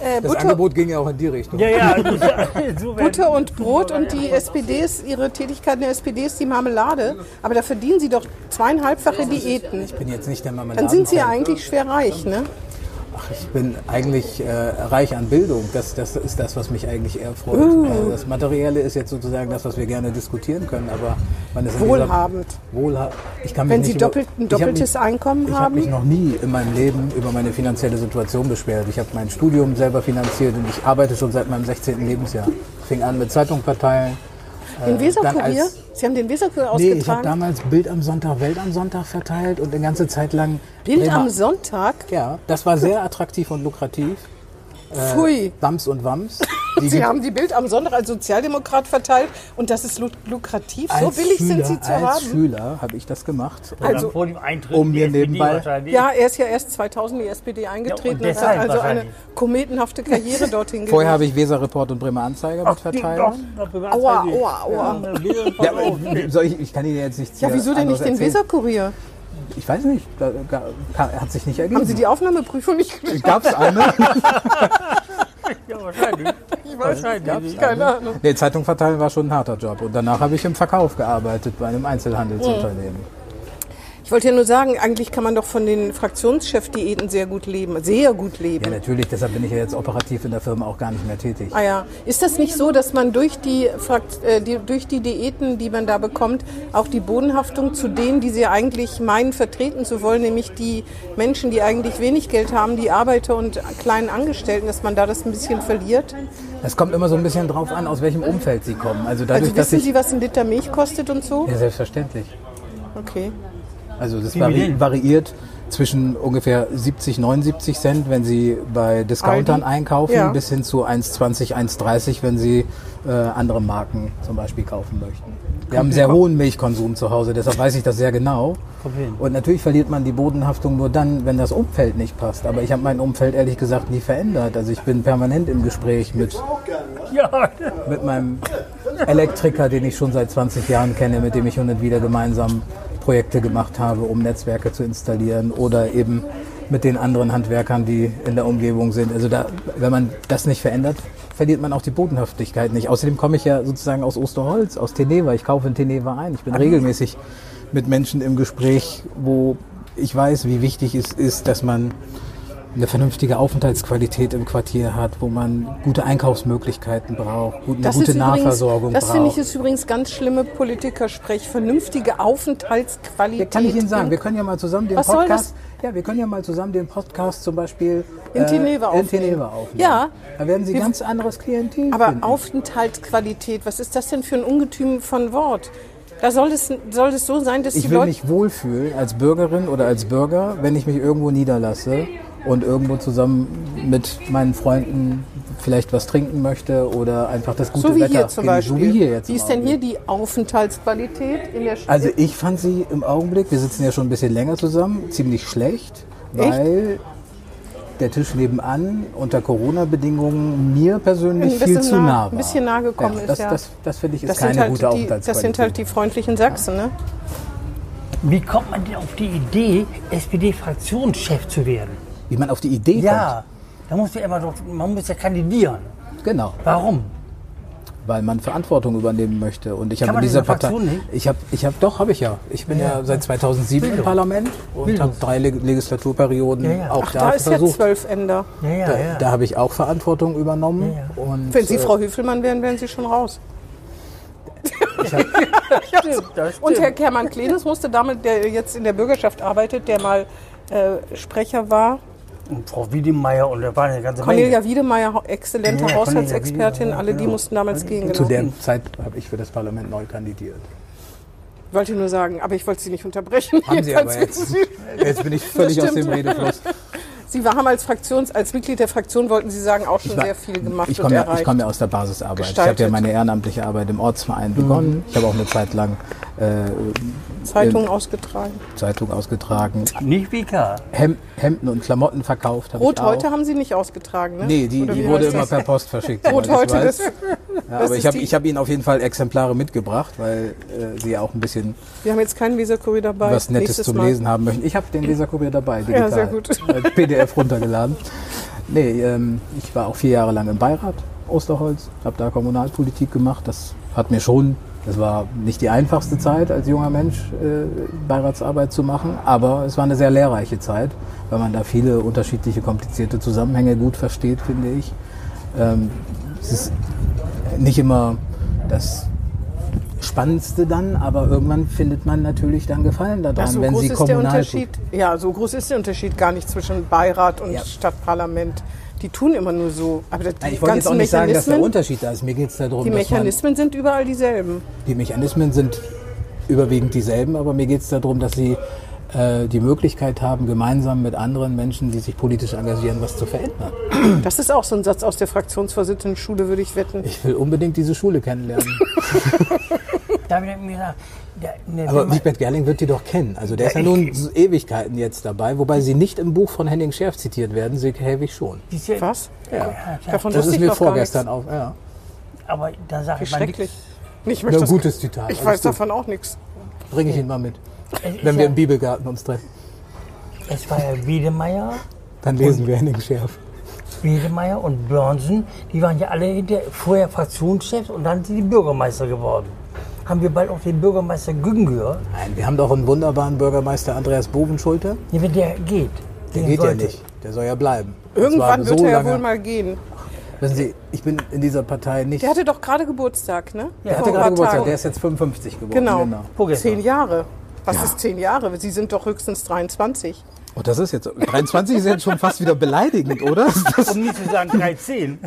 [SPEAKER 4] Das
[SPEAKER 2] Butter,
[SPEAKER 4] Angebot ging ja auch in die Richtung.
[SPEAKER 3] Ja, ja, das ist- so werden-
[SPEAKER 2] Butter und Brot und die SPD ist, Ihre Tätigkeit in der SPD ist die Marmelade. Aber da verdienen Sie doch zweieinhalbfache Diäten.
[SPEAKER 4] Ich bin jetzt nicht der Marmeladen.
[SPEAKER 2] Dann sind Sie ja eigentlich schwer reich, ne?
[SPEAKER 4] Ich bin eigentlich äh, reich an Bildung. Das, das ist das, was mich eigentlich eher freut.
[SPEAKER 2] Uh.
[SPEAKER 4] Äh, Das Materielle ist jetzt sozusagen das, was wir gerne diskutieren können. Aber man ist in dieser-
[SPEAKER 2] Wohlhabend.
[SPEAKER 4] Wohlha ich kann mich
[SPEAKER 2] Wenn
[SPEAKER 4] nicht
[SPEAKER 2] Sie
[SPEAKER 4] über-
[SPEAKER 2] doppelt, ein
[SPEAKER 4] Ich hab
[SPEAKER 2] doppeltes
[SPEAKER 4] mich,
[SPEAKER 2] Einkommen
[SPEAKER 4] Ich habe mich
[SPEAKER 2] haben.
[SPEAKER 4] noch nie in meinem Leben über meine finanzielle Situation beschwert. Ich habe mein Studium selber finanziert und ich arbeite schon seit meinem 16. Lebensjahr. Fing an mit Zeitung verteilen.
[SPEAKER 2] Den Weserkurier?
[SPEAKER 4] als-
[SPEAKER 2] Sie haben den Weserkurier
[SPEAKER 4] Nee, ich habe
[SPEAKER 2] ausgetragen.
[SPEAKER 4] damals Bild am Sonntag, Welt am Sonntag verteilt und eine ganze Zeit lang
[SPEAKER 2] Bild
[SPEAKER 4] Bremer-
[SPEAKER 2] am Sonntag?
[SPEAKER 4] Ja, das war sehr attraktiv und lukrativ. Äh,
[SPEAKER 2] Pfui.
[SPEAKER 4] Wams und Wams. Die
[SPEAKER 2] Sie
[SPEAKER 4] gibt-
[SPEAKER 2] haben die Bild am Sonntag als Sozialdemokrat verteilt und das ist lu- lukrativ. So
[SPEAKER 4] als
[SPEAKER 2] billig
[SPEAKER 4] Schüler,
[SPEAKER 2] sind sie zu
[SPEAKER 4] als
[SPEAKER 2] haben.
[SPEAKER 4] Schüler habe ich das gemacht.
[SPEAKER 3] Dann
[SPEAKER 2] also-
[SPEAKER 3] vor dem Eintritt
[SPEAKER 4] Um
[SPEAKER 3] in die
[SPEAKER 4] mir
[SPEAKER 3] SPD
[SPEAKER 4] nebenbei-
[SPEAKER 3] wahrscheinlich.
[SPEAKER 2] Ja, er ist ja erst 2000 in die SPD eingetreten und hat
[SPEAKER 3] deshalb
[SPEAKER 2] also eine
[SPEAKER 3] wahrscheinlich.
[SPEAKER 2] kometenhafte Karriere dorthin gelegt.
[SPEAKER 4] Vorher habe ich Weser Report und Bremer Anzeiger mit
[SPEAKER 3] Doch,
[SPEAKER 4] verteilt.
[SPEAKER 3] doch, wir waren
[SPEAKER 2] Aua,
[SPEAKER 3] zwei-
[SPEAKER 2] aua, aua.
[SPEAKER 3] Ja, wir sind
[SPEAKER 4] Ja,
[SPEAKER 3] voll auf.
[SPEAKER 4] aber soll ich, ich kann Ihnen jetzt nichts
[SPEAKER 2] Ja,
[SPEAKER 4] hier
[SPEAKER 2] wieso denn
[SPEAKER 4] anderes
[SPEAKER 2] nicht den
[SPEAKER 4] erzählen.
[SPEAKER 2] Weserkurier?
[SPEAKER 4] Ich weiß nicht, da, da, ka- hat sich nicht ergeben.
[SPEAKER 2] Haben Sie die Aufnahmeprüfung nicht geschafft?
[SPEAKER 4] Gab es eine?
[SPEAKER 3] Ja, wahrscheinlich.
[SPEAKER 2] Ich weiß
[SPEAKER 3] Wahrscheinlich.
[SPEAKER 2] nicht, keine Ahnung.
[SPEAKER 4] nee, Zeitung verteilen war schon ein harter Job. Und danach habe ich im Verkauf gearbeitet bei einem Einzelhandelsunternehmen.
[SPEAKER 2] Mhm. Ich wollte ja nur sagen, eigentlich kann man doch von den Fraktionschefdiäten sehr gut leben, sehr gut
[SPEAKER 4] Ja,
[SPEAKER 2] leben.
[SPEAKER 4] natürlich, deshalb bin ich ja jetzt operativ in der Firma auch gar nicht mehr tätig.
[SPEAKER 2] Ah ja, ist das nicht so, dass man durch die, Frakt äh, die, durch die Diäten, die man da bekommt, auch die Bodenhaftung zu denen, die sie eigentlich meinen vertreten zu wollen, nämlich die Menschen, die eigentlich wenig Geld haben, die Arbeiter und kleinen Angestellten, dass man da das ein bisschen verliert?
[SPEAKER 4] Es kommt immer so ein bisschen drauf an, aus welchem Umfeld Sie kommen. Also dadurch,
[SPEAKER 2] Also
[SPEAKER 4] dass
[SPEAKER 2] wissen
[SPEAKER 4] ich
[SPEAKER 2] Sie, was ein Liter Milch kostet und so?
[SPEAKER 4] Ja, selbstverständlich.
[SPEAKER 2] Okay.
[SPEAKER 4] Also das
[SPEAKER 3] Dividenden.
[SPEAKER 4] vari variiert zwischen ungefähr 70, 79 Cent, wenn Sie bei Discountern
[SPEAKER 2] Aldi?
[SPEAKER 4] einkaufen,
[SPEAKER 2] Ja.
[SPEAKER 4] bis hin zu 1,20, 1,30, wenn Sie äh, andere Marken zum Beispiel kaufen möchten. Wir haben einen sehr hohen Milchkonsum zu Hause, deshalb weiß ich das sehr genau.
[SPEAKER 3] Kommt hin.
[SPEAKER 4] Und natürlich verliert man die Bodenhaftung nur dann, wenn das Umfeld nicht passt. Aber ich habe mein Umfeld ehrlich gesagt nie verändert. Also ich bin permanent im Gespräch mit
[SPEAKER 3] Ja,
[SPEAKER 4] mit meinem Elektriker, den ich schon seit 20 Jahren kenne, mit dem ich hin und wieder gemeinsam Projekte gemacht habe, um Netzwerke zu installieren oder eben mit den anderen Handwerkern, die in der Umgebung sind. Also da, wenn man das nicht verändert, verliert man auch die Bodenhaftigkeit nicht. Außerdem komme ich ja sozusagen aus Osterholz, aus Teneva. Ich kaufe in Teneva ein. Ich bin regelmäßig mit Menschen im Gespräch, wo ich weiß, wie wichtig es ist, dass man eine vernünftige Aufenthaltsqualität im Quartier hat, wo man gute Einkaufsmöglichkeiten braucht, gut, eine
[SPEAKER 2] Das
[SPEAKER 4] gute
[SPEAKER 2] ist übrigens,
[SPEAKER 4] Nahversorgung
[SPEAKER 2] Das finde
[SPEAKER 4] braucht.
[SPEAKER 2] ich ist übrigens ganz schlimme Politikersprech. Vernünftige Aufenthaltsqualität.
[SPEAKER 4] Ja, kann ich Ihnen sagen, wir können ja mal zusammen den
[SPEAKER 2] Was soll
[SPEAKER 4] Podcast. Ja, wir können ja mal zusammen den Podcast zum Beispiel äh,
[SPEAKER 2] In Teneva
[SPEAKER 4] in
[SPEAKER 2] aufnehmen.
[SPEAKER 4] Teneva aufnehmen.
[SPEAKER 2] Ja.
[SPEAKER 4] Da werden Sie
[SPEAKER 2] Wir-
[SPEAKER 4] ganz anderes Klientel.
[SPEAKER 2] Aber
[SPEAKER 4] finden.
[SPEAKER 2] Aufenthaltsqualität, was ist das denn für ein Ungetüm von Wort? Da soll es, soll es so sein, dass die
[SPEAKER 4] ich will
[SPEAKER 2] Leute.
[SPEAKER 4] mich wohlfühlen als Bürgerin oder als Bürger, wenn ich mich irgendwo niederlasse und irgendwo zusammen mit meinen Freunden vielleicht was trinken möchte oder einfach das gute
[SPEAKER 2] so wie
[SPEAKER 4] Wetter
[SPEAKER 2] hier zum
[SPEAKER 4] genießen,
[SPEAKER 2] Beispiel.
[SPEAKER 4] So wie hier jetzt. im
[SPEAKER 2] ist denn
[SPEAKER 4] Augenblick.
[SPEAKER 2] hier die Aufenthaltsqualität in der Stadt?
[SPEAKER 4] Also ich fand sie im Augenblick, wir sitzen ja schon ein bisschen länger zusammen, ziemlich schlecht, weil der Tisch nebenan unter Corona-Bedingungen mir persönlich
[SPEAKER 2] Ein
[SPEAKER 4] viel
[SPEAKER 2] bisschen
[SPEAKER 4] zu
[SPEAKER 2] nah-
[SPEAKER 4] nah war.
[SPEAKER 2] ein bisschen nah gekommen
[SPEAKER 4] ja,
[SPEAKER 2] ist,
[SPEAKER 4] das,
[SPEAKER 2] ja.
[SPEAKER 4] Das, das finde ich ist
[SPEAKER 2] das,
[SPEAKER 4] keine
[SPEAKER 2] sind halt
[SPEAKER 4] gute
[SPEAKER 2] die, das sind halt
[SPEAKER 4] Aufenthaltsqualität.
[SPEAKER 2] die freundlichen Sachsen, ne?
[SPEAKER 3] wie kommt man denn auf die Idee, SPD-Fraktionschef zu werden?
[SPEAKER 4] Wie man auf die Idee
[SPEAKER 3] Ja, da muss ja immer doch, man muss ja kandidieren.
[SPEAKER 4] kommt. Genau.
[SPEAKER 3] Warum?
[SPEAKER 4] weil man Verantwortung übernehmen möchte. Und ich
[SPEAKER 3] Kann
[SPEAKER 4] habe in
[SPEAKER 3] man das
[SPEAKER 4] dieser
[SPEAKER 3] in der
[SPEAKER 4] Partei,
[SPEAKER 3] Fraktion nicht?
[SPEAKER 4] ich habe, ich habe, doch habe ich ja. Ich bin ja, seit 2007 im
[SPEAKER 3] Bildung.
[SPEAKER 4] Parlament und habe
[SPEAKER 3] Bildung.
[SPEAKER 4] drei Leg- Legislaturperioden
[SPEAKER 3] Ja, ja.
[SPEAKER 4] auch
[SPEAKER 3] Ach,
[SPEAKER 4] da,
[SPEAKER 2] Da ist ja
[SPEAKER 4] versucht.
[SPEAKER 2] zwölf Ämter.
[SPEAKER 3] Ja, ja,
[SPEAKER 4] da
[SPEAKER 3] ja.
[SPEAKER 4] da habe ich auch Verantwortung übernommen.
[SPEAKER 3] Ja,
[SPEAKER 4] Und äh,
[SPEAKER 2] Wenn Sie Frau Höfelmann wären, wären Sie schon raus. Und Herr Kermann Klenes musste damit, der jetzt in der Bürgerschaft arbeitet, der mal äh, Sprecher war,
[SPEAKER 3] Und Frau Wiedemeyer und da war eine ganze
[SPEAKER 2] Cornelia
[SPEAKER 3] Menge.
[SPEAKER 2] Wiedemeyer, exzellente
[SPEAKER 3] Ja, Cornelia
[SPEAKER 2] Haushaltsexpertin,
[SPEAKER 3] Wiedemeyer,
[SPEAKER 2] alle die
[SPEAKER 3] genau.
[SPEAKER 2] mussten damals gehen.
[SPEAKER 4] zu
[SPEAKER 2] Genau.
[SPEAKER 4] der Zeit habe ich für das Parlament neu kandidiert.
[SPEAKER 2] Wollte ich nur sagen, aber ich wollte Sie nicht unterbrechen.
[SPEAKER 4] Haben Sie aber
[SPEAKER 2] Jedenfalls-
[SPEAKER 4] jetzt. Jetzt bin ich völlig aus dem
[SPEAKER 2] stimmt.
[SPEAKER 4] Redefluss.
[SPEAKER 2] Sie haben als Fraktions, als Mitglied der Fraktion, wollten Sie sagen, auch schon
[SPEAKER 4] war-
[SPEAKER 2] sehr viel gemacht
[SPEAKER 4] Ich
[SPEAKER 2] und
[SPEAKER 4] komme ja, ich
[SPEAKER 2] erreicht.
[SPEAKER 4] komme ja aus der Basisarbeit. Ich habe ja
[SPEAKER 2] Gestaltet. Mhm.
[SPEAKER 4] meine ehrenamtliche Arbeit im Ortsverein begonnen. Ich habe auch eine Zeit lang äh,
[SPEAKER 2] Zeitung ausgetragen.
[SPEAKER 4] Zeitung ausgetragen,
[SPEAKER 3] Nicht WK.
[SPEAKER 4] Hem Hemden und Klamotten verkauft. hab
[SPEAKER 2] Rot
[SPEAKER 4] ich auch.
[SPEAKER 2] heute haben Sie nicht ausgetragen, ne?
[SPEAKER 4] Nee, die,
[SPEAKER 2] Oder
[SPEAKER 4] die
[SPEAKER 2] wie
[SPEAKER 4] wurde
[SPEAKER 2] heißt
[SPEAKER 4] immer
[SPEAKER 2] das?
[SPEAKER 4] per Post verschickt. soweit
[SPEAKER 2] Rot
[SPEAKER 4] ich
[SPEAKER 2] heute,
[SPEAKER 4] weiß.
[SPEAKER 2] das,
[SPEAKER 4] ja,
[SPEAKER 2] das
[SPEAKER 4] aber
[SPEAKER 2] ist
[SPEAKER 4] ich habe
[SPEAKER 2] die-
[SPEAKER 4] ich hab Ihnen auf jeden Fall Exemplare mitgebracht, weil äh, Sie ja auch ein bisschen
[SPEAKER 2] wir haben jetzt keinen Weserkurier dabei.
[SPEAKER 4] was Nettes
[SPEAKER 2] Nächstes
[SPEAKER 4] zum
[SPEAKER 2] Mal.
[SPEAKER 4] Lesen haben möchten. Ich habe den Leserkurier dabei, digital. Äh,
[SPEAKER 2] sehr gut.
[SPEAKER 4] Als PDF runtergeladen. Nee, ähm, ich war auch vier Jahre lang im Beirat Osterholz, habe da Kommunalpolitik gemacht. Das hat mir schon, das war nicht die einfachste Zeit als junger Mensch, äh, Beiratsarbeit zu machen, aber es war eine sehr lehrreiche Zeit, weil man da viele unterschiedliche, komplizierte Zusammenhänge gut versteht, finde ich. Ähm, es ist nicht immer das Spannendste dann, aber irgendwann findet man natürlich dann Gefallen daran,
[SPEAKER 2] Ja, so
[SPEAKER 4] wenn
[SPEAKER 2] groß
[SPEAKER 4] sie
[SPEAKER 2] ist der
[SPEAKER 4] kommunal
[SPEAKER 2] Unterschied. Ja, so groß ist der Unterschied gar nicht zwischen Beirat und
[SPEAKER 4] Ja.
[SPEAKER 2] Stadtparlament. Die tun immer nur so. Aber die
[SPEAKER 4] Nein, ich wollte jetzt auch
[SPEAKER 2] ganzen
[SPEAKER 4] nicht sagen, dass der
[SPEAKER 2] Mechanismen,
[SPEAKER 4] Unterschied da ist. Mir geht es darum,
[SPEAKER 2] die
[SPEAKER 4] dass man-
[SPEAKER 2] Mechanismen sind überall dieselben.
[SPEAKER 4] die Mechanismen sind überwiegend dieselben, aber mir geht es darum, dass sie äh, die Möglichkeit haben, gemeinsam mit anderen Menschen, die sich politisch engagieren, was zu verändern.
[SPEAKER 2] Das ist auch so ein Satz aus der Fraktionsvorsitzenden Schule, würde ich wetten.
[SPEAKER 4] Ich will unbedingt diese Schule kennenlernen.
[SPEAKER 3] Da habe ich mir gedacht, da, ne,
[SPEAKER 4] Aber
[SPEAKER 3] wenn man-
[SPEAKER 4] Wigbert Gerling wird die doch kennen. Also der ist ja
[SPEAKER 3] ich-
[SPEAKER 4] nun so Ewigkeiten jetzt dabei, wobei sie nicht im Buch von Henning Schärf zitiert werden, Silke Helwig schon.
[SPEAKER 3] die ist ja-
[SPEAKER 2] Was?
[SPEAKER 3] Ja, klar.
[SPEAKER 2] Davon
[SPEAKER 4] Das
[SPEAKER 2] wusste
[SPEAKER 4] ist
[SPEAKER 2] ich
[SPEAKER 4] mir
[SPEAKER 2] noch gar
[SPEAKER 4] vorgestern auf. Ja.
[SPEAKER 3] nichts. Aber da sage
[SPEAKER 2] nichts.
[SPEAKER 3] ich mal
[SPEAKER 2] Schrecklich.
[SPEAKER 3] nichts.
[SPEAKER 2] Ich
[SPEAKER 4] Na,
[SPEAKER 2] möchte das-
[SPEAKER 4] gutes Zitat.
[SPEAKER 2] Ich
[SPEAKER 4] alles
[SPEAKER 2] weiß
[SPEAKER 4] gut.
[SPEAKER 2] davon auch nichts.
[SPEAKER 4] Bringe ich ihn mal mit.
[SPEAKER 3] Es ist
[SPEAKER 4] Wenn wir
[SPEAKER 3] ja-
[SPEAKER 4] im Bibelgarten uns treffen,
[SPEAKER 3] Es war ja Wiedemeyer,
[SPEAKER 4] dann lesen wir Henning Schärf.
[SPEAKER 3] Wiedemeyer und Börnsen, die waren ja alle hinter, vorher Fraktionschefs und dann sind die Bürgermeister geworden. Haben wir bald auch den Bürgermeister Gügen gehört,
[SPEAKER 4] Nein, wir haben doch einen wunderbaren Bürgermeister Andreas Bogenschulte.
[SPEAKER 3] Nee, wenn der geht.
[SPEAKER 4] Der
[SPEAKER 3] den
[SPEAKER 4] geht ja
[SPEAKER 3] sollte.
[SPEAKER 4] nicht. Der soll ja bleiben. Das
[SPEAKER 2] Irgendwann
[SPEAKER 4] war
[SPEAKER 2] wird
[SPEAKER 4] so
[SPEAKER 2] er ja
[SPEAKER 4] lange-
[SPEAKER 2] wohl mal gehen.
[SPEAKER 4] Wissen Sie, ich bin in dieser Partei nicht.
[SPEAKER 2] Der hatte doch gerade Geburtstag, ne?
[SPEAKER 4] Der
[SPEAKER 2] Vor
[SPEAKER 4] hatte
[SPEAKER 2] ein
[SPEAKER 4] gerade
[SPEAKER 2] paar
[SPEAKER 4] Geburtstag.
[SPEAKER 2] Tagen.
[SPEAKER 4] Der ist jetzt 55 geworden.
[SPEAKER 2] Genau.
[SPEAKER 3] Vorgestern.
[SPEAKER 2] Zehn Jahre. Was ist zehn Jahre? Sie sind doch höchstens 23.
[SPEAKER 4] Und Oh, das ist jetzt 23 ist jetzt schon fast wieder beleidigend, oder? Das,
[SPEAKER 3] Um nicht zu sagen 13.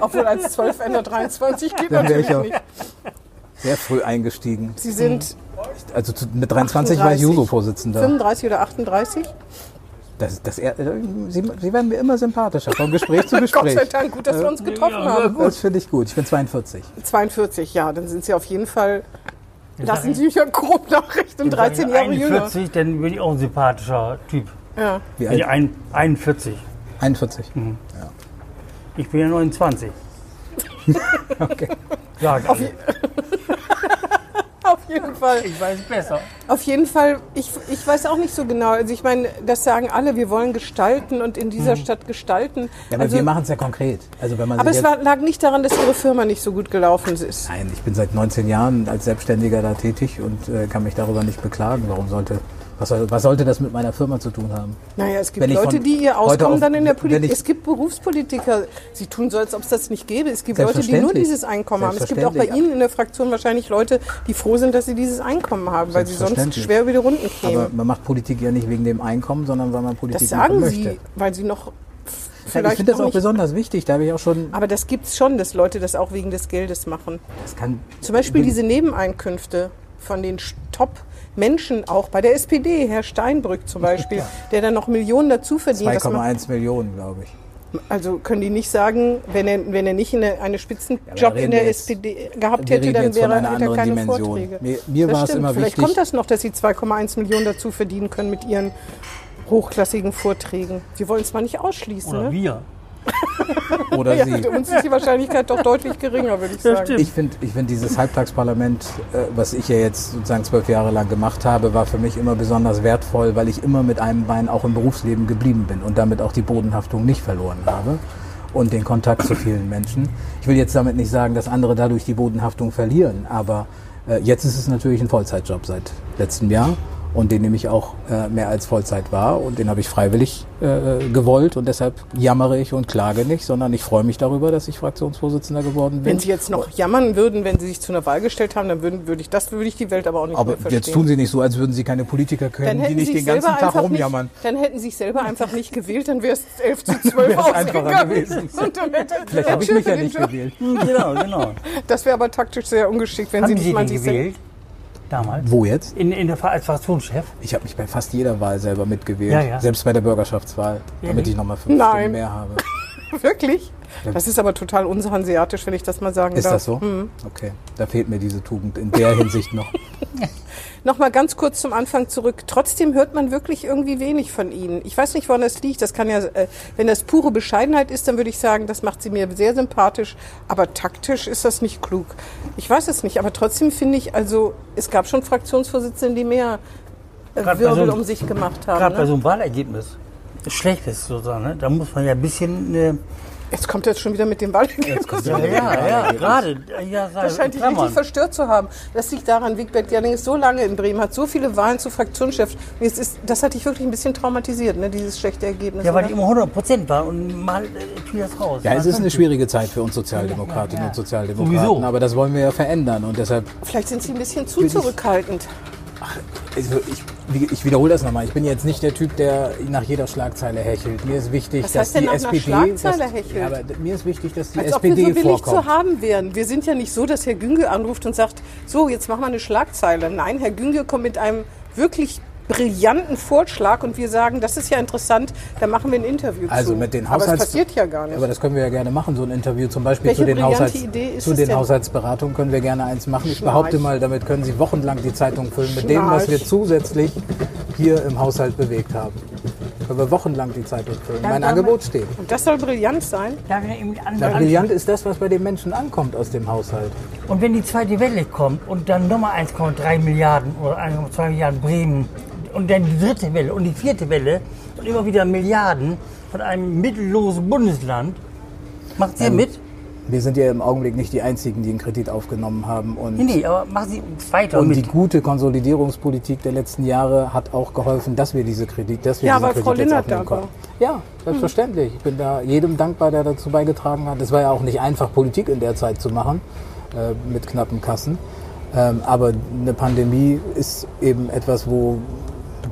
[SPEAKER 2] Obwohl als 12 Ende 23 geht
[SPEAKER 4] Dann wär ich
[SPEAKER 2] natürlich
[SPEAKER 4] ja-
[SPEAKER 2] nicht.
[SPEAKER 4] sehr früh eingestiegen.
[SPEAKER 2] Sie sind
[SPEAKER 4] Also zu, mit 23 war ich
[SPEAKER 2] 38.
[SPEAKER 4] Juso-Vorsitzender.
[SPEAKER 2] 35 oder 38?
[SPEAKER 4] Das, das, er- äh, Sie, Sie werden mir immer sympathischer vom Gespräch zu
[SPEAKER 2] Gott
[SPEAKER 4] Gespräch.
[SPEAKER 2] sei Dank, gut, dass wir uns getroffen haben.
[SPEAKER 4] Das finde ich gut. Ich bin 42.
[SPEAKER 2] 42, ja, dann sind Sie auf jeden Fall, lassen Sie mich ja grob nachrechnen, 13 Jahre jünger.
[SPEAKER 3] 41, dann bin ich auch ein sympathischer Typ.
[SPEAKER 2] Ja. Mhm.
[SPEAKER 4] Wie
[SPEAKER 3] Bin
[SPEAKER 4] alt?
[SPEAKER 3] ich ein, 41.
[SPEAKER 4] 41.
[SPEAKER 3] Ich bin ja 29.
[SPEAKER 4] Okay.
[SPEAKER 3] Sag ich.
[SPEAKER 2] Auf jeden Fall.
[SPEAKER 3] ich weiß besser.
[SPEAKER 2] Auf jeden Fall, ich, ich weiß auch nicht so genau. Also ich meine, das sagen alle, wir wollen gestalten und in dieser Stadt gestalten.
[SPEAKER 4] Hm. Ja, aber
[SPEAKER 2] also,
[SPEAKER 4] wir machen es ja konkret. Also wenn man
[SPEAKER 2] aber
[SPEAKER 4] sich
[SPEAKER 2] es
[SPEAKER 4] jetzt,
[SPEAKER 2] war, lag nicht daran, dass Ihre Firma nicht so gut gelaufen ist.
[SPEAKER 4] Nein, ich bin seit 19 Jahren als Selbstständiger da tätig und äh, kann mich darüber nicht beklagen. Warum sollte, was, soll, was sollte das mit meiner Firma zu tun haben?
[SPEAKER 2] Naja, es gibt
[SPEAKER 4] Wenn ich
[SPEAKER 2] Leute,
[SPEAKER 4] von
[SPEAKER 2] die ihr
[SPEAKER 4] heute
[SPEAKER 2] Auskommen
[SPEAKER 4] auf-
[SPEAKER 2] dann in der
[SPEAKER 4] wenn
[SPEAKER 2] Politik.
[SPEAKER 4] ich-
[SPEAKER 2] Es gibt Berufspolitiker, sie tun so, als ob es das nicht gäbe. Es gibt Leute, die nur
[SPEAKER 4] Selbstverständlich.
[SPEAKER 2] dieses Einkommen haben. Es gibt auch bei
[SPEAKER 4] Selbstverständlich.
[SPEAKER 2] Ihnen in der Fraktion wahrscheinlich Leute, die froh sind, dass sie dieses Einkommen haben, weil sie sonst
[SPEAKER 4] Selbstverständlich.
[SPEAKER 2] schwer über die Runden
[SPEAKER 4] Aber
[SPEAKER 2] kämen.
[SPEAKER 4] man macht Politik ja nicht wegen dem Einkommen, sondern weil man Politik
[SPEAKER 2] Das sagen
[SPEAKER 4] machen möchte.
[SPEAKER 2] sie, weil sie noch f-
[SPEAKER 4] ich
[SPEAKER 2] vielleicht
[SPEAKER 4] finde das
[SPEAKER 2] noch
[SPEAKER 4] auch
[SPEAKER 2] nicht.
[SPEAKER 4] besonders wichtig. Da habe ich auch schon.
[SPEAKER 2] Aber das gibt's schon, dass Leute das auch wegen des Geldes machen.
[SPEAKER 4] Das kann,
[SPEAKER 2] Zum Beispiel
[SPEAKER 4] bin-
[SPEAKER 2] diese Nebeneinkünfte von den Sch- Top-Menschen auch bei der SPD, Herr Steinbrück zum Beispiel, der dann noch Millionen dazu verdient. Das macht-
[SPEAKER 4] 2,1 Millionen, glaube ich.
[SPEAKER 2] Also können die nicht sagen, wenn er, wenn er nicht in eine, eine
[SPEAKER 4] Ja,
[SPEAKER 2] Spitzenjob
[SPEAKER 4] aber reden
[SPEAKER 2] in der
[SPEAKER 4] wir jetzt-
[SPEAKER 2] SPD gehabt
[SPEAKER 4] wir
[SPEAKER 2] hätte,
[SPEAKER 4] reden
[SPEAKER 2] dann
[SPEAKER 4] jetzt von
[SPEAKER 2] wäre
[SPEAKER 4] einer
[SPEAKER 2] hätte er
[SPEAKER 4] anderen
[SPEAKER 2] keine
[SPEAKER 4] Dimension.
[SPEAKER 2] Vorträge.
[SPEAKER 4] Mir- mir
[SPEAKER 2] Das
[SPEAKER 4] war es
[SPEAKER 2] stimmt.
[SPEAKER 4] immer
[SPEAKER 2] Vielleicht
[SPEAKER 4] wichtig-
[SPEAKER 2] kommt das noch, dass sie 2,1 Millionen dazu verdienen können mit ihren hochklassigen Vorträgen. Wir wollen es mal nicht ausschließen.
[SPEAKER 3] Oder
[SPEAKER 2] Ne?
[SPEAKER 3] wir.
[SPEAKER 4] Oder
[SPEAKER 2] Ja,
[SPEAKER 4] sie.
[SPEAKER 2] für uns ist die Wahrscheinlichkeit doch deutlich geringer, würde ich
[SPEAKER 3] Ja,
[SPEAKER 2] sagen.
[SPEAKER 3] stimmt.
[SPEAKER 4] Ich finde ich find dieses Halbtagsparlament, äh, was ich ja jetzt sozusagen zwölf Jahre lang gemacht habe, war für mich immer besonders wertvoll, weil ich immer mit einem Bein auch im Berufsleben geblieben bin und damit auch die Bodenhaftung nicht verloren habe. und den Kontakt zu vielen Menschen. Ich will jetzt damit nicht sagen, dass andere dadurch die Bodenhaftung verlieren, aber äh, jetzt ist es natürlich ein Vollzeitjob seit letztem Jahr und den nehme ich auch äh, mehr als Vollzeit wahr und den habe ich freiwillig äh, gewollt und deshalb jammere ich und klage nicht, sondern ich freue mich darüber, dass ich Fraktionsvorsitzender geworden bin.
[SPEAKER 2] Wenn Sie jetzt noch jammern würden, wenn Sie sich zu einer Wahl gestellt haben, dann würden, würde ich das würde ich die Welt aber auch nicht
[SPEAKER 4] aber
[SPEAKER 2] mehr Äh, verstehen.
[SPEAKER 4] jetzt tun Sie nicht so, als würden Sie keine Politiker
[SPEAKER 2] dann
[SPEAKER 4] können, die
[SPEAKER 2] hätten
[SPEAKER 4] nicht
[SPEAKER 2] Sie
[SPEAKER 4] den
[SPEAKER 2] sich
[SPEAKER 4] ganzen
[SPEAKER 2] selber
[SPEAKER 4] Tag
[SPEAKER 2] einfach
[SPEAKER 4] rumjammern.
[SPEAKER 2] Nicht, dann hätten Sie sich selber einfach nicht gewählt, dann wäre es 11 zu 12
[SPEAKER 4] Wär's einfacher
[SPEAKER 2] ausgegangen.
[SPEAKER 4] gewesen.
[SPEAKER 2] Und dann hätte,
[SPEAKER 4] Vielleicht habe ich
[SPEAKER 2] hätte
[SPEAKER 4] mich ja
[SPEAKER 2] den
[SPEAKER 4] nicht
[SPEAKER 2] Job-
[SPEAKER 4] gewählt.
[SPEAKER 3] Hm, genau, genau.
[SPEAKER 2] Das wäre aber taktisch sehr ungeschickt, wenn Sie
[SPEAKER 3] Haben
[SPEAKER 2] nicht
[SPEAKER 3] Sie
[SPEAKER 2] mal
[SPEAKER 3] den
[SPEAKER 2] sich selbst-
[SPEAKER 3] gewählt? Damals?
[SPEAKER 4] Wo jetzt?
[SPEAKER 3] In, in der, Fra- als Fraktionschef?
[SPEAKER 4] Ich habe mich bei fast jeder Wahl selber mitgewählt,
[SPEAKER 3] Ja, ja.
[SPEAKER 4] selbst bei der Bürgerschaftswahl, damit
[SPEAKER 3] Ehrlich?
[SPEAKER 4] ich nochmal fünf
[SPEAKER 2] Nein.
[SPEAKER 4] Stimmen mehr habe.
[SPEAKER 2] Wirklich? Das ist aber total unhanseatisch, wenn ich das mal sagen
[SPEAKER 4] Ist
[SPEAKER 2] darf.
[SPEAKER 4] das so?
[SPEAKER 2] Mhm.
[SPEAKER 4] Okay, da fehlt mir diese Tugend in der Hinsicht noch.
[SPEAKER 2] Nochmal ganz kurz zum Anfang zurück. Trotzdem hört man wirklich irgendwie wenig von Ihnen. Ich weiß nicht, woran das liegt. Das kann ja, äh, wenn das pure Bescheidenheit ist, dann würde ich sagen, das macht Sie mir sehr sympathisch. Aber taktisch ist das nicht klug. Ich weiß es nicht. Aber trotzdem finde ich, also es gab schon Fraktionsvorsitzende, die mehr äh,
[SPEAKER 3] Gerade bei
[SPEAKER 2] Wirbel
[SPEAKER 3] so-
[SPEAKER 2] um sich gemacht
[SPEAKER 3] Gerade
[SPEAKER 2] haben.
[SPEAKER 3] bei
[SPEAKER 2] Ne?
[SPEAKER 3] so einem Wahlergebnis. Schlechtes sozusagen. Ne? Da muss man ja ein bisschen. Äh,
[SPEAKER 2] Jetzt kommt das schon wieder mit dem Wahlergebnis.
[SPEAKER 3] ja, ja, ja, gerade. äh, Ja,
[SPEAKER 2] Das scheint dich richtig verstört zu haben. Das liegt daran, Wigbert Gerling ist so lange in Bremen, hat so viele Wahlen zu Fraktionschef. Und Jetzt ist, das hat dich wirklich ein bisschen traumatisiert, ne, dieses schlechte Ergebnis.
[SPEAKER 3] Ja, weil
[SPEAKER 2] oder?
[SPEAKER 3] die immer 100 Prozent waren und mal äh, fiel das raus.
[SPEAKER 4] Ja, es ist eine
[SPEAKER 3] nicht.
[SPEAKER 4] schwierige Zeit für uns Sozialdemokratinnen und Sozialdemokraten,
[SPEAKER 3] Sowieso.
[SPEAKER 4] aber das wollen wir ja verändern und deshalb,
[SPEAKER 2] Vielleicht sind sie ein bisschen zu zurückhaltend.
[SPEAKER 4] also ich, wie- ich wiederhole das nochmal, ich bin jetzt nicht der Typ, der nach jeder Schlagzeile hechelt. Mir ist wichtig,
[SPEAKER 2] Was
[SPEAKER 4] dass
[SPEAKER 2] heißt denn
[SPEAKER 4] die
[SPEAKER 2] nach einer
[SPEAKER 4] SPD,
[SPEAKER 2] Schlagzeile
[SPEAKER 4] dass,
[SPEAKER 2] hechelt?
[SPEAKER 4] Ja, aber d- mir ist wichtig, dass die
[SPEAKER 2] Als ob wir so
[SPEAKER 4] SPD
[SPEAKER 2] billig zu
[SPEAKER 4] vorkommt.
[SPEAKER 2] haben wären. Wir sind ja nicht so, dass Herr Günge anruft und sagt, so, jetzt machen wir eine Schlagzeile. Nein, Herr Günge kommt mit einem wirklich brillanten Vorschlag und wir sagen, das ist ja interessant, da machen wir ein Interview
[SPEAKER 4] Also
[SPEAKER 2] zu.
[SPEAKER 4] mit den
[SPEAKER 2] Aber das
[SPEAKER 4] Haushalts-
[SPEAKER 2] passiert ja gar nicht.
[SPEAKER 4] Aber das können wir ja gerne machen, so ein Interview zum Beispiel
[SPEAKER 2] Welche
[SPEAKER 4] zu den,
[SPEAKER 2] brillante
[SPEAKER 4] Haushalts
[SPEAKER 2] Idee ist
[SPEAKER 4] zu
[SPEAKER 2] es
[SPEAKER 4] den
[SPEAKER 2] denn?
[SPEAKER 4] Haushaltsberatungen können wir gerne eins machen. Ich behaupte mal, damit können Sie wochenlang die Zeitung füllen mit dem, was wir
[SPEAKER 2] Schnarch.
[SPEAKER 4] zusätzlich hier im Haushalt bewegt haben. Können wir wochenlang die Zeitung füllen. Mein
[SPEAKER 3] dann-
[SPEAKER 4] Angebot steht.
[SPEAKER 2] Und das soll brillant sein.
[SPEAKER 3] Da wir eben an,
[SPEAKER 4] Na,
[SPEAKER 3] an,
[SPEAKER 4] brillant ist das, was bei den Menschen ankommt aus dem Haushalt.
[SPEAKER 3] und wenn die zweite Welle kommt und dann nochmal 1,3 Milliarden oder 1,2 Milliarden Bremen und dann die dritte Welle und die vierte Welle und immer wieder Milliarden von einem mittellosen Bundesland, macht
[SPEAKER 4] Ähm,
[SPEAKER 3] ihr mit?
[SPEAKER 4] Wir sind ja im Augenblick nicht die Einzigen, die einen Kredit aufgenommen haben. Und,
[SPEAKER 3] Nee, nee, aber machen Sie weiter
[SPEAKER 4] und um die
[SPEAKER 3] mit.
[SPEAKER 4] gute Konsolidierungspolitik der letzten Jahre hat auch geholfen, dass wir diese Kredit, dass wir
[SPEAKER 2] Ja,
[SPEAKER 4] diesen
[SPEAKER 2] weil
[SPEAKER 4] Kredit
[SPEAKER 2] Frau
[SPEAKER 4] jetzt
[SPEAKER 2] Linnert
[SPEAKER 4] aufnehmen
[SPEAKER 2] da war.
[SPEAKER 4] konnten. Ja, selbstverständlich. Ich bin da jedem dankbar, der dazu beigetragen hat. Es war ja auch nicht einfach, Politik in der Zeit zu machen, äh, mit knappen Kassen. Ähm, aber eine Pandemie ist eben etwas, wo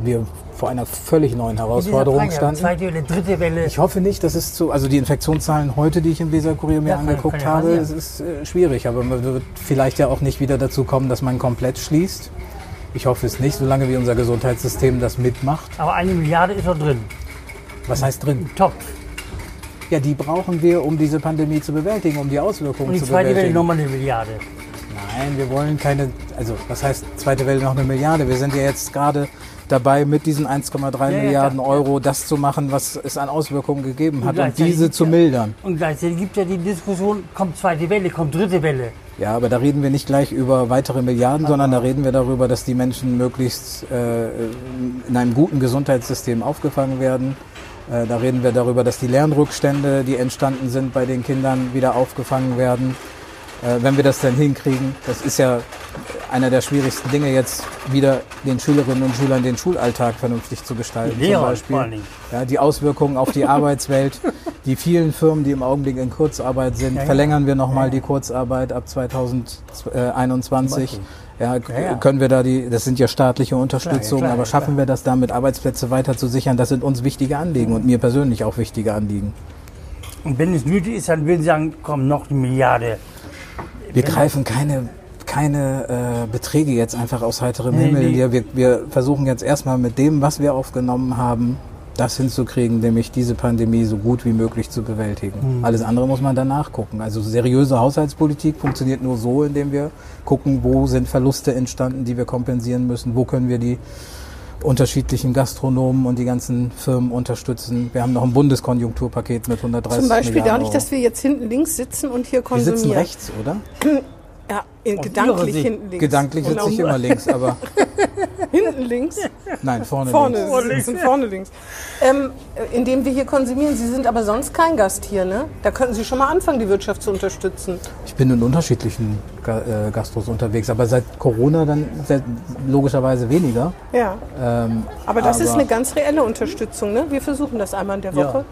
[SPEAKER 4] wir vor einer völlig neuen
[SPEAKER 3] Mit dieser
[SPEAKER 4] Herausforderung
[SPEAKER 3] Frage,
[SPEAKER 4] standen.
[SPEAKER 3] Zweite Welle, dritte Welle.
[SPEAKER 4] Ich hoffe nicht, dass es zu, also die Infektionszahlen heute, die ich im Weserkurier mir
[SPEAKER 3] Ja, kann-
[SPEAKER 4] angeguckt
[SPEAKER 3] kann ja
[SPEAKER 4] habe, es
[SPEAKER 3] passieren.
[SPEAKER 4] ist äh, schwierig, aber man wird vielleicht ja auch nicht wieder dazu kommen, dass man komplett schließt. Ich hoffe es nicht, solange wie unser Gesundheitssystem das mitmacht.
[SPEAKER 3] Aber eine Milliarde ist noch drin.
[SPEAKER 4] Was heißt drin?
[SPEAKER 3] Top.
[SPEAKER 4] Ja, die brauchen wir, um diese Pandemie zu bewältigen, um die Auswirkungen
[SPEAKER 3] Und die
[SPEAKER 4] zu
[SPEAKER 3] zweite Welle
[SPEAKER 4] bewältigen.
[SPEAKER 3] nochmal eine Milliarde.
[SPEAKER 4] Nein, wir wollen keine, also was heißt zweite Welle noch eine Milliarde? Wir sind ja jetzt gerade dabei, mit diesen 1,3
[SPEAKER 3] ja,
[SPEAKER 4] Milliarden
[SPEAKER 3] klar.
[SPEAKER 4] Euro das zu machen, was es an Auswirkungen gegeben hat, um
[SPEAKER 3] gleichzeitig
[SPEAKER 4] diese
[SPEAKER 3] gibt's
[SPEAKER 4] zu
[SPEAKER 3] ja-
[SPEAKER 4] mildern.
[SPEAKER 3] Und gleichzeitig gibt es ja die Diskussion, kommt zweite Welle, kommt dritte Welle.
[SPEAKER 4] Ja, aber da reden wir nicht gleich über weitere Milliarden, sondern da reden wir darüber, dass die Menschen möglichst äh, in einem guten Gesundheitssystem aufgefangen werden. Äh, da reden wir darüber, dass die Lernrückstände, die entstanden sind bei den Kindern, wieder aufgefangen werden. Äh, wenn wir das dann hinkriegen, das ist ja einer der schwierigsten Dinge jetzt, wieder den Schülerinnen und Schülern den Schulalltag vernünftig zu gestalten.
[SPEAKER 3] Die Lehrer
[SPEAKER 4] zum
[SPEAKER 3] vor allen
[SPEAKER 4] Beispiel.
[SPEAKER 3] Dingen.
[SPEAKER 4] Ja, die Auswirkungen auf die Arbeitswelt, die vielen Firmen, die im Augenblick in Kurzarbeit sind,
[SPEAKER 3] ja.
[SPEAKER 4] verlängern wir nochmal die Kurzarbeit ab 2021. Ja, k-
[SPEAKER 3] Ja, ja.
[SPEAKER 4] können wir da die, das sind ja staatliche Unterstützungen,
[SPEAKER 3] klar, ja,
[SPEAKER 4] aber schaffen wir das damit, Arbeitsplätze weiter zu sichern? Das sind uns wichtige Anliegen und mir persönlich auch wichtige Anliegen.
[SPEAKER 3] Und wenn es nötig ist, dann würden sie sagen, komm, noch eine Milliarde.
[SPEAKER 4] Wir greifen keine, keine äh, Beträge jetzt einfach aus heiterem
[SPEAKER 3] Nee,
[SPEAKER 4] Himmel.
[SPEAKER 3] nee.
[SPEAKER 4] hier. Wir, wir versuchen jetzt erstmal mit dem, was wir aufgenommen haben, das hinzukriegen, nämlich diese Pandemie so gut wie möglich zu
[SPEAKER 2] Hm.
[SPEAKER 4] bewältigen. Alles andere muss man danach gucken. Also seriöse Haushaltspolitik funktioniert nur so, indem wir gucken, wo sind Verluste entstanden, die wir kompensieren müssen, wo können wir die unterschiedlichen Gastronomen und die ganzen Firmen unterstützen. Wir haben noch ein Bundeskonjunkturpaket mit 130
[SPEAKER 2] Zum Beispiel
[SPEAKER 4] Milliarden
[SPEAKER 2] dadurch,
[SPEAKER 4] Euro.
[SPEAKER 2] dass wir jetzt hinten links sitzen und hier
[SPEAKER 4] wir
[SPEAKER 2] konsumieren.
[SPEAKER 4] sitzen rechts, oder?
[SPEAKER 2] Ja, in,
[SPEAKER 3] Aus
[SPEAKER 2] gedanklich
[SPEAKER 3] Ihrer Sicht.
[SPEAKER 2] hinten links.
[SPEAKER 4] Gedanklich
[SPEAKER 2] Genau.
[SPEAKER 4] sitze ich immer links, aber
[SPEAKER 2] Hinten links.
[SPEAKER 4] Nein, vorne,
[SPEAKER 2] Vorne,
[SPEAKER 4] links.
[SPEAKER 2] vorne links. Und vorne links. Ähm, äh, indem wir hier konsumieren. Sie sind aber sonst kein Gast hier, ne? Da könnten Sie schon mal anfangen, die Wirtschaft zu unterstützen.
[SPEAKER 4] Ich bin in unterschiedlichen Ga- äh, Gastros unterwegs, aber seit Corona dann seit, logischerweise weniger.
[SPEAKER 2] Ja.
[SPEAKER 4] Ähm,
[SPEAKER 2] Äh, Aber das ist
[SPEAKER 4] aber-
[SPEAKER 2] eine ganz reelle Unterstützung, ne? Wir versuchen das einmal in der Woche.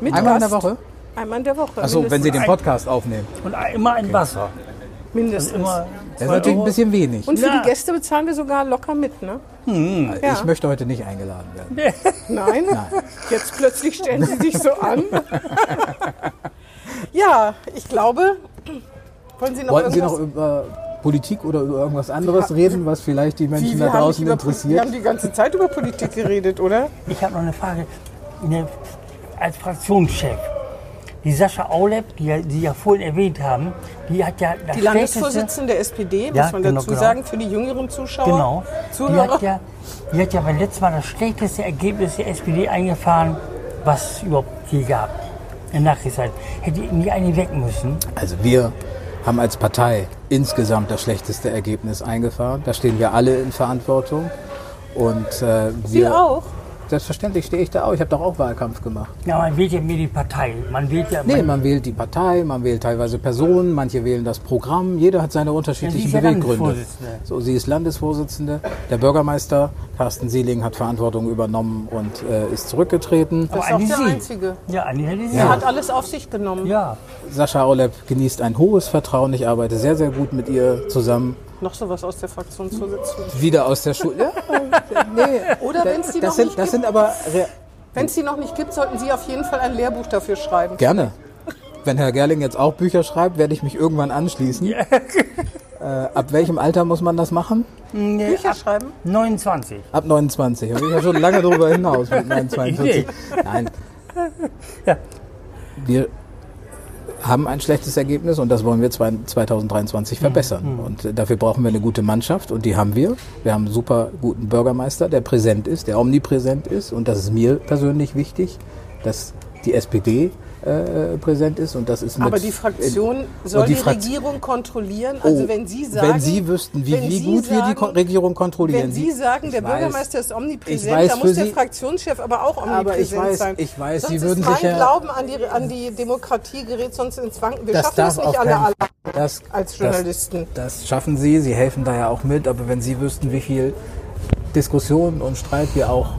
[SPEAKER 2] Mit,
[SPEAKER 4] Einmal in der
[SPEAKER 2] Gast.
[SPEAKER 4] Woche?
[SPEAKER 2] Einmal in der Woche.
[SPEAKER 4] Achso, wenn Sie den
[SPEAKER 2] mindestens.
[SPEAKER 4] Podcast aufnehmen.
[SPEAKER 3] Und immer ein Wasser.
[SPEAKER 2] Mindestens.
[SPEAKER 3] Immer
[SPEAKER 4] Das ist natürlich ein bisschen wenig.
[SPEAKER 2] Und für
[SPEAKER 3] Ja.
[SPEAKER 2] die Gäste bezahlen wir sogar locker mit, ne? ja.
[SPEAKER 4] Ich möchte heute nicht eingeladen werden.
[SPEAKER 2] Nein? Jetzt plötzlich stellen Sie sich so an. ja, ich glaube. Wollen Sie noch
[SPEAKER 4] Wollten Sie
[SPEAKER 2] irgendwas?
[SPEAKER 4] noch über Politik oder über irgendwas anderes reden, was vielleicht die
[SPEAKER 2] Wie,
[SPEAKER 4] Menschen
[SPEAKER 2] wir
[SPEAKER 4] da
[SPEAKER 2] haben
[SPEAKER 4] draußen
[SPEAKER 2] nicht über Poli- Wir haben
[SPEAKER 4] interessiert?
[SPEAKER 2] die ganze Zeit über Politik geredet, oder?
[SPEAKER 3] Ich habe noch eine Frage. Eine, als Fraktionschef, die Sascha Aulep, die ja- Sie ja vorhin erwähnt haben, die hat ja das
[SPEAKER 2] Die
[SPEAKER 3] schlechteste-
[SPEAKER 2] Landesvorsitzende der SPD,
[SPEAKER 3] Ja,
[SPEAKER 2] muss man
[SPEAKER 3] genau,
[SPEAKER 2] dazu
[SPEAKER 3] genau.
[SPEAKER 2] sagen, für die jüngeren Zuschauer.
[SPEAKER 3] Genau. Die
[SPEAKER 2] Zuhörer.
[SPEAKER 3] hat, ja, die hat ja beim letzten Mal das schlechteste Ergebnis der SPD eingefahren, was es überhaupt je gab. In der Nachkriegszeit. Hätte irgendwie eine weg müssen.
[SPEAKER 4] Also wir haben als Partei insgesamt das schlechteste Ergebnis eingefahren. Da stehen wir alle in Verantwortung. Und äh, wir
[SPEAKER 2] Sie auch.
[SPEAKER 4] Selbstverständlich stehe ich da auch. Ich habe doch auch Wahlkampf gemacht.
[SPEAKER 3] Ja, man wählt ja mehr die Partei. Man wählt ja.
[SPEAKER 4] Nee, man wählt die Partei, man wählt teilweise Personen, manche wählen das Programm. Jeder hat seine unterschiedlichen
[SPEAKER 3] Ja, sie ist ja
[SPEAKER 4] Beweggründe.
[SPEAKER 3] Landesvorsitzende.
[SPEAKER 4] So, sie ist Landesvorsitzende. Der Bürgermeister Carsten Seeling hat Verantwortung übernommen und äh, ist zurückgetreten.
[SPEAKER 2] Das ist
[SPEAKER 3] Anni
[SPEAKER 2] auch der
[SPEAKER 3] Sie.
[SPEAKER 2] Einzige.
[SPEAKER 3] ja, eine hätte sie.
[SPEAKER 2] Er
[SPEAKER 3] Ja.
[SPEAKER 2] hat alles auf sich genommen.
[SPEAKER 3] ja.
[SPEAKER 4] Sascha Oleb genießt ein hohes Vertrauen. Ich arbeite sehr, sehr gut mit ihr zusammen.
[SPEAKER 2] Noch sowas aus der Fraktionsvorsitzenden.
[SPEAKER 4] Wieder aus der Schule. Ja, äh, nee.
[SPEAKER 2] Oder wenn's die
[SPEAKER 4] das
[SPEAKER 2] noch
[SPEAKER 4] sind,
[SPEAKER 2] nicht gibt.
[SPEAKER 4] Das sind aber re-
[SPEAKER 2] Wenn es die noch nicht gibt, sollten Sie auf jeden Fall ein Lehrbuch dafür schreiben.
[SPEAKER 4] gerne. Wenn Herr Gerling jetzt auch Bücher schreibt, werde ich mich irgendwann anschließen. Äh, ab welchem Alter muss man das machen?
[SPEAKER 3] Nee,
[SPEAKER 2] Bücher schreiben?
[SPEAKER 3] 29.
[SPEAKER 4] Ab 29. Da bin ich ja schon lange drüber hinaus mit meinen 42. Nein. Wir haben ein schlechtes Ergebnis und das wollen wir zwei-
[SPEAKER 2] Mhm.
[SPEAKER 4] 2023 verbessern. Und äh, dafür brauchen wir eine gute Mannschaft und die haben wir. Wir haben einen super guten Bürgermeister, der präsent ist, der omnipräsent ist und das ist mir persönlich wichtig, dass die SPD äh, präsent ist und das ist mit
[SPEAKER 2] Aber die Fraktion soll
[SPEAKER 4] und äh, die
[SPEAKER 2] die,
[SPEAKER 4] Frakt-
[SPEAKER 2] Regierung kontrollieren. Also
[SPEAKER 4] Oh,
[SPEAKER 2] wenn Sie sagen,
[SPEAKER 4] wenn Sie wüssten, wie,
[SPEAKER 2] wenn
[SPEAKER 4] wie
[SPEAKER 2] Sie
[SPEAKER 4] gut wir die
[SPEAKER 2] sagen-
[SPEAKER 4] Ko Regierung kontrollieren.
[SPEAKER 2] Wenn Sie sagen, der
[SPEAKER 4] Ich weiß.
[SPEAKER 2] Bürgermeister ist omnipräsent,
[SPEAKER 4] Ich weiß
[SPEAKER 2] da
[SPEAKER 4] für
[SPEAKER 2] muss der
[SPEAKER 4] Sie-
[SPEAKER 2] Fraktionschef aber auch omnipräsent
[SPEAKER 4] Aber ich weiß-
[SPEAKER 2] sein.
[SPEAKER 4] ich weiß,
[SPEAKER 2] sonst
[SPEAKER 4] Sie würden
[SPEAKER 2] ist mein
[SPEAKER 4] sich ja-
[SPEAKER 2] Glauben an die, an die Demokratie gerät sonst ins Wanken. Wir
[SPEAKER 4] Das
[SPEAKER 2] schaffen
[SPEAKER 4] darf
[SPEAKER 2] es nicht
[SPEAKER 4] auf
[SPEAKER 2] alle,
[SPEAKER 4] keinen-
[SPEAKER 2] alle
[SPEAKER 4] das,
[SPEAKER 2] als Journalisten.
[SPEAKER 4] Das, das schaffen sie, sie helfen da ja auch mit, aber wenn sie wüssten, wie viel Diskussionen und Streit wir auch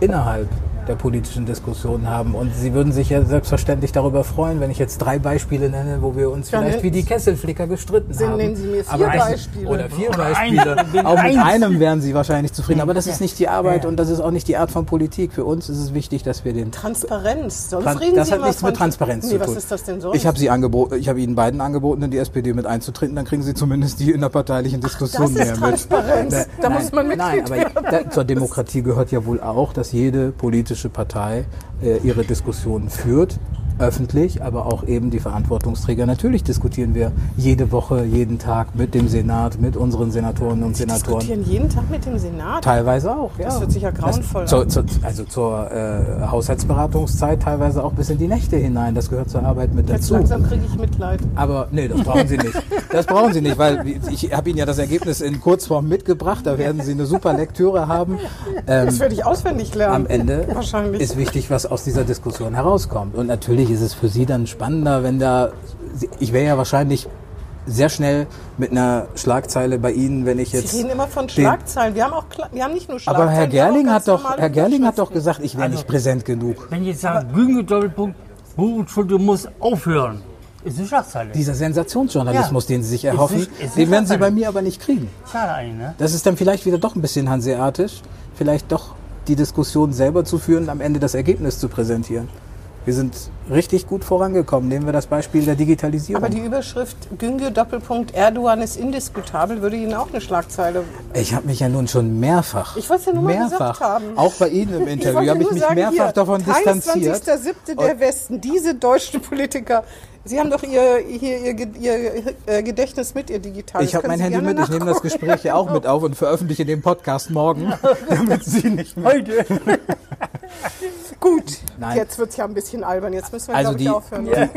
[SPEAKER 4] innerhalb der politischen Diskussion haben und sie würden sich ja selbstverständlich darüber freuen, wenn ich jetzt drei Beispiele nenne, wo wir uns
[SPEAKER 2] Ja,
[SPEAKER 4] vielleicht
[SPEAKER 2] nennen-
[SPEAKER 4] wie die Kesselflicker gestritten
[SPEAKER 2] Sie-
[SPEAKER 4] haben.
[SPEAKER 2] nennen Sie mir vier
[SPEAKER 4] Aber das-
[SPEAKER 2] Beispiele.
[SPEAKER 4] Oder vier
[SPEAKER 3] Oder
[SPEAKER 4] Beispiele.
[SPEAKER 3] einen, den
[SPEAKER 4] auch mit
[SPEAKER 3] einzigen.
[SPEAKER 4] einem wären sie wahrscheinlich zufrieden, aber das ist nicht die Arbeit
[SPEAKER 3] Ja.
[SPEAKER 4] und das ist auch nicht die Art von Politik. Für uns ist es wichtig, dass wir den
[SPEAKER 2] Transparenz. Sonst
[SPEAKER 4] Tran-
[SPEAKER 2] reden
[SPEAKER 4] das
[SPEAKER 2] Sie
[SPEAKER 4] hat
[SPEAKER 2] immer
[SPEAKER 4] nichts
[SPEAKER 2] von,
[SPEAKER 4] mit Transparenz
[SPEAKER 2] nee,
[SPEAKER 4] zu tun.
[SPEAKER 2] was ist das denn sonst?
[SPEAKER 4] Ich habe sie angeboten, ich habe ihnen beiden angeboten, in die SPD mit einzutreten, dann kriegen sie zumindest die innerparteilichen Diskussionen
[SPEAKER 2] das ist
[SPEAKER 4] mehr mit. Ne,
[SPEAKER 2] Transparenz. Da muss man Mitglied
[SPEAKER 4] Nein, aber da, zur Demokratie gehört ja wohl auch, dass jede politische Partei äh, ihre Diskussionen führt, öffentlich, aber auch eben die Verantwortungsträger. Natürlich diskutieren wir jede Woche, jeden Tag mit dem Senat, mit unseren Senatorinnen und
[SPEAKER 2] Sie
[SPEAKER 4] Senatoren.
[SPEAKER 2] diskutieren jeden Tag mit dem Senat.
[SPEAKER 4] Teilweise auch, ja.
[SPEAKER 2] hört sich ja grauenvoll
[SPEAKER 4] das, zur, zur, Also zur äh, Haushaltsberatungszeit teilweise auch bis in die Nächte hinein. Das gehört zur Arbeit mit
[SPEAKER 2] Jetzt
[SPEAKER 4] dazu.
[SPEAKER 2] langsam kriege ich Mitleid.
[SPEAKER 4] Aber nee, das brauchen Sie nicht. Das brauchen Sie nicht, weil ich habe Ihnen ja das Ergebnis in Kurzform mitgebracht. Da werden Sie eine super Lektüre haben. Ähm,
[SPEAKER 2] Das werde ich auswendig lernen.
[SPEAKER 4] Am Ende
[SPEAKER 2] Wahrscheinlich.
[SPEAKER 4] ist wichtig, was aus dieser Diskussion herauskommt. Und natürlich ist es für Sie dann spannender, wenn da. Ich wäre ja wahrscheinlich sehr schnell mit einer Schlagzeile bei Ihnen, wenn ich jetzt.
[SPEAKER 2] Sie reden immer von
[SPEAKER 4] den-
[SPEAKER 2] Schlagzeilen. Wir haben auch, Kla- wir haben nicht nur Schlagzeilen.
[SPEAKER 4] Aber Herr
[SPEAKER 2] wir haben auch
[SPEAKER 4] Gerling
[SPEAKER 2] ganz Also-
[SPEAKER 4] hat doch,
[SPEAKER 2] normale
[SPEAKER 4] Herr Gerling hat doch
[SPEAKER 2] Überschriften.
[SPEAKER 4] gesagt, ich wäre nicht präsent genug.
[SPEAKER 3] Wenn ich jetzt sagen, Grüne Doppelpunkt, Boris Schulte muss aufhören, ist eine Schlagzeile.
[SPEAKER 4] Dieser Sensationsjournalismus,
[SPEAKER 3] Ja.
[SPEAKER 4] den Sie sich
[SPEAKER 3] Es ist-
[SPEAKER 4] erhoffen,
[SPEAKER 3] es ist
[SPEAKER 4] den werden Sie
[SPEAKER 3] Tatsache.
[SPEAKER 4] bei mir aber nicht kriegen.
[SPEAKER 3] Schade eigentlich, ne?
[SPEAKER 4] Das ist dann vielleicht wieder doch ein bisschen hanseatisch, vielleicht doch die Diskussion selber zu führen, am Ende das Ergebnis zu präsentieren. Wir sind richtig gut vorangekommen. Nehmen wir das Beispiel der Digitalisierung.
[SPEAKER 2] Aber die Überschrift Güngö Doppelpunkt Erdogan ist indiskutabel würde Ihnen auch eine Schlagzeile.
[SPEAKER 4] ich habe mich ja nun schon mehrfach,
[SPEAKER 2] Ich wollte ja nur mal gesagt
[SPEAKER 4] mehrfach,
[SPEAKER 2] haben.
[SPEAKER 4] auch bei Ihnen im Interview,
[SPEAKER 2] wollte
[SPEAKER 4] habe ich
[SPEAKER 2] nur
[SPEAKER 4] mich
[SPEAKER 2] sagen,
[SPEAKER 4] mehrfach
[SPEAKER 2] hier,
[SPEAKER 4] davon distanziert.
[SPEAKER 2] 23.07. der Westen, diese deutschen Politiker. Sie haben doch ihr, hier, ihr, Ge- ihr äh, Gedächtnis mit, ihr digitales.
[SPEAKER 4] Ich habe mein
[SPEAKER 2] Können Sie
[SPEAKER 4] Handy
[SPEAKER 2] gerne
[SPEAKER 4] mit, ich nehme das
[SPEAKER 2] nachgucken.
[SPEAKER 4] Gespräch ja auch
[SPEAKER 5] Genau.
[SPEAKER 4] mit auf und veröffentliche den Podcast morgen, damit Sie nicht mehr.
[SPEAKER 3] Heute.
[SPEAKER 2] Gut,
[SPEAKER 4] Nein.
[SPEAKER 2] jetzt wird es ja ein bisschen albern. Jetzt müssen wir,
[SPEAKER 4] Also
[SPEAKER 2] glaube
[SPEAKER 4] die-
[SPEAKER 2] ich, aufhören.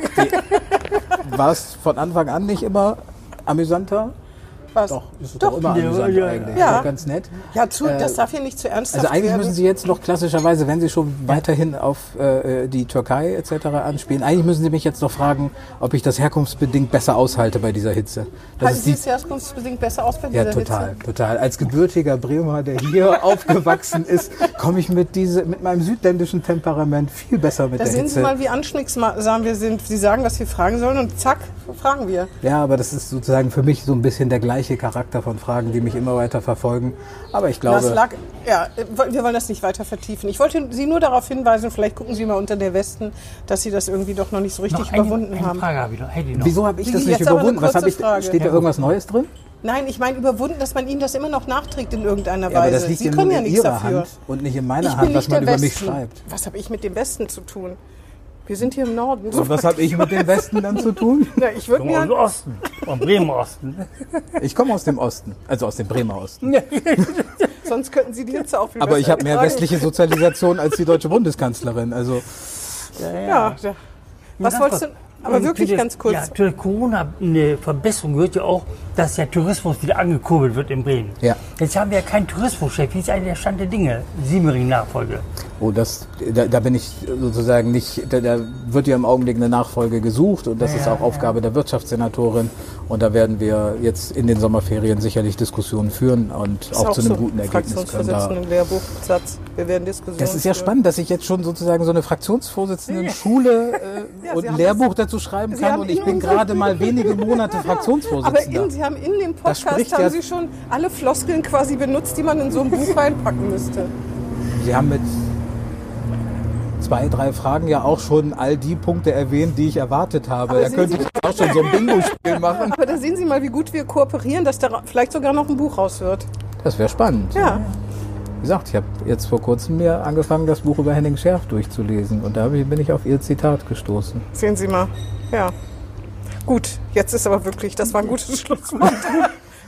[SPEAKER 4] War es von Anfang an nicht immer amüsanter?
[SPEAKER 5] Was?
[SPEAKER 4] Doch, ist
[SPEAKER 5] Doch.
[SPEAKER 4] doch, immer amüsant
[SPEAKER 3] Ja, ja,
[SPEAKER 4] eigentlich.
[SPEAKER 5] ja.
[SPEAKER 4] Doch ganz nett.
[SPEAKER 5] Ja, zu,
[SPEAKER 4] Äh,
[SPEAKER 5] das darf hier nicht zu ernsthaft
[SPEAKER 4] Also eigentlich
[SPEAKER 5] werden.
[SPEAKER 4] müssen Sie jetzt noch klassischerweise, wenn Sie schon weiterhin auf äh, die Türkei etc. anspielen, eigentlich müssen Sie mich jetzt noch fragen, ob ich das herkunftsbedingt besser aushalte bei dieser Hitze. Das
[SPEAKER 5] Halten
[SPEAKER 4] ist also die,
[SPEAKER 5] Sie es herkunftsbedingt besser aus bei
[SPEAKER 4] ja,
[SPEAKER 5] dieser
[SPEAKER 4] total,
[SPEAKER 5] Hitze?
[SPEAKER 4] total. Als gebürtiger Bremer, der hier aufgewachsen ist, komme ich mit, diese, mit meinem südländischen Temperament viel besser mit
[SPEAKER 5] Da
[SPEAKER 4] der
[SPEAKER 5] sehen Sie
[SPEAKER 4] Hitze.
[SPEAKER 5] mal, wie anschmiegsam wir sind. Sie sagen, was wir fragen sollen und zack, fragen wir.
[SPEAKER 4] Ja, aber das ist sozusagen für mich so ein bisschen der gleiche Charakter von Fragen, die mich immer weiter verfolgen. Aber ich
[SPEAKER 5] Das
[SPEAKER 4] glaube,
[SPEAKER 5] lag, ja, äh, wir wollen das nicht weiter vertiefen. Ich wollte Sie nur darauf hinweisen, vielleicht gucken Sie mal unter der Westen, dass Sie das irgendwie doch noch nicht so richtig
[SPEAKER 3] Noch eine,
[SPEAKER 5] überwunden
[SPEAKER 3] eine
[SPEAKER 5] haben.
[SPEAKER 3] Frage habe ich noch. Hätte ich noch.
[SPEAKER 4] wieso habe ich
[SPEAKER 5] Sie-
[SPEAKER 4] das
[SPEAKER 5] jetzt
[SPEAKER 4] nicht
[SPEAKER 5] aber eine
[SPEAKER 4] überwunden? Was
[SPEAKER 5] kurze
[SPEAKER 4] habe ich?
[SPEAKER 5] Frage.
[SPEAKER 4] Steht da irgendwas Neues drin?
[SPEAKER 5] Nein, ich meine überwunden, dass man Ihnen das immer noch nachträgt in irgendeiner
[SPEAKER 4] Ja, aber
[SPEAKER 5] Weise.
[SPEAKER 4] das liegt
[SPEAKER 5] Sie
[SPEAKER 4] ja
[SPEAKER 5] können
[SPEAKER 4] nur
[SPEAKER 5] ja
[SPEAKER 4] in
[SPEAKER 5] nichts
[SPEAKER 4] Ihrer
[SPEAKER 5] dafür.
[SPEAKER 4] Hand und nicht in meiner
[SPEAKER 5] ich bin
[SPEAKER 4] Hand, was
[SPEAKER 5] nicht
[SPEAKER 4] man
[SPEAKER 5] der
[SPEAKER 4] über
[SPEAKER 5] Westen.
[SPEAKER 4] mich schreibt.
[SPEAKER 5] Was habe ich mit dem Westen zu tun? Wir sind hier im Norden. So,
[SPEAKER 4] Und was habe ich mit dem Westen dann zu tun?
[SPEAKER 5] na, ich würde
[SPEAKER 3] Vom
[SPEAKER 5] mir
[SPEAKER 3] Osten. Vom Bremer Osten.
[SPEAKER 4] Ich komme aus dem Osten, also aus dem Bremer Osten.
[SPEAKER 5] Sonst könnten Sie die Hitze auch viel
[SPEAKER 4] Aber
[SPEAKER 5] besser
[SPEAKER 4] ich habe mehr
[SPEAKER 5] ertragen.
[SPEAKER 4] westliche Sozialisation als die deutsche Bundeskanzlerin. Also
[SPEAKER 5] Ja, ja. Was
[SPEAKER 3] Ganz
[SPEAKER 5] wolltest du?
[SPEAKER 3] kurz.
[SPEAKER 5] Aber
[SPEAKER 3] Und
[SPEAKER 5] wirklich
[SPEAKER 3] bitte,
[SPEAKER 5] ganz kurz.
[SPEAKER 3] Ja, durch Corona eine Verbesserung gehört ja auch, dass der Tourismus wieder angekurbelt wird in Bremen.
[SPEAKER 4] Ja.
[SPEAKER 3] Jetzt haben wir ja keinen Tourismuschef. Wie ist eigentlich der Stand der Dinge? Siemering-Nachfolge.
[SPEAKER 4] oh, das, da, da bin ich sozusagen nicht. Da, da wird ja im Augenblick eine Nachfolge gesucht und das ist auch Aufgabe der Wirtschaftssenatorin. Und da werden wir jetzt in den Sommerferien sicherlich Diskussionen führen und auch, zu einem
[SPEAKER 5] so.
[SPEAKER 4] guten Ergebnis können. Da
[SPEAKER 5] Fraktionsvorsitzenden Lehrbuchsatz. Wir werden Diskussionen.
[SPEAKER 4] Das ist ja
[SPEAKER 5] führen.
[SPEAKER 4] spannend, dass ich jetzt schon sozusagen so eine Fraktionsvorsitzenden Schule äh,
[SPEAKER 5] Ja, Sie haben
[SPEAKER 4] und Lehrbuch dazu schreiben
[SPEAKER 5] Sie
[SPEAKER 4] kann
[SPEAKER 5] haben
[SPEAKER 4] und
[SPEAKER 5] in
[SPEAKER 4] ich bin
[SPEAKER 5] unserem-
[SPEAKER 4] gerade mal wenige Monate
[SPEAKER 5] Aber in,
[SPEAKER 4] Fraktionsvorsitzender.
[SPEAKER 5] Sie haben in dem
[SPEAKER 4] Das
[SPEAKER 5] Podcast
[SPEAKER 4] spricht
[SPEAKER 5] haben
[SPEAKER 4] ja-
[SPEAKER 5] Sie schon alle Floskeln quasi benutzt, die man in so ein Buch reinpacken müsste.
[SPEAKER 4] Sie haben mit zwei, drei Fragen ja auch schon all die Punkte erwähnt, die ich erwartet habe.
[SPEAKER 5] Aber
[SPEAKER 4] da
[SPEAKER 5] sehen
[SPEAKER 4] könnte
[SPEAKER 5] Sie-
[SPEAKER 4] ich auch schon so ein Bingo-Spiel machen.
[SPEAKER 5] Aber da sehen Sie mal, wie gut wir kooperieren, dass da vielleicht sogar noch ein Buch raus wird.
[SPEAKER 4] Das wäre spannend.
[SPEAKER 5] Ja,
[SPEAKER 4] Wie gesagt, ich habe jetzt vor kurzem mir angefangen, das Buch über Henning Scherf durchzulesen und da hab ich- bin ich auf ihr Zitat gestoßen.
[SPEAKER 5] sehen Sie mal. Ja. Gut, jetzt ist aber wirklich, das war ein gutes Schlusswort.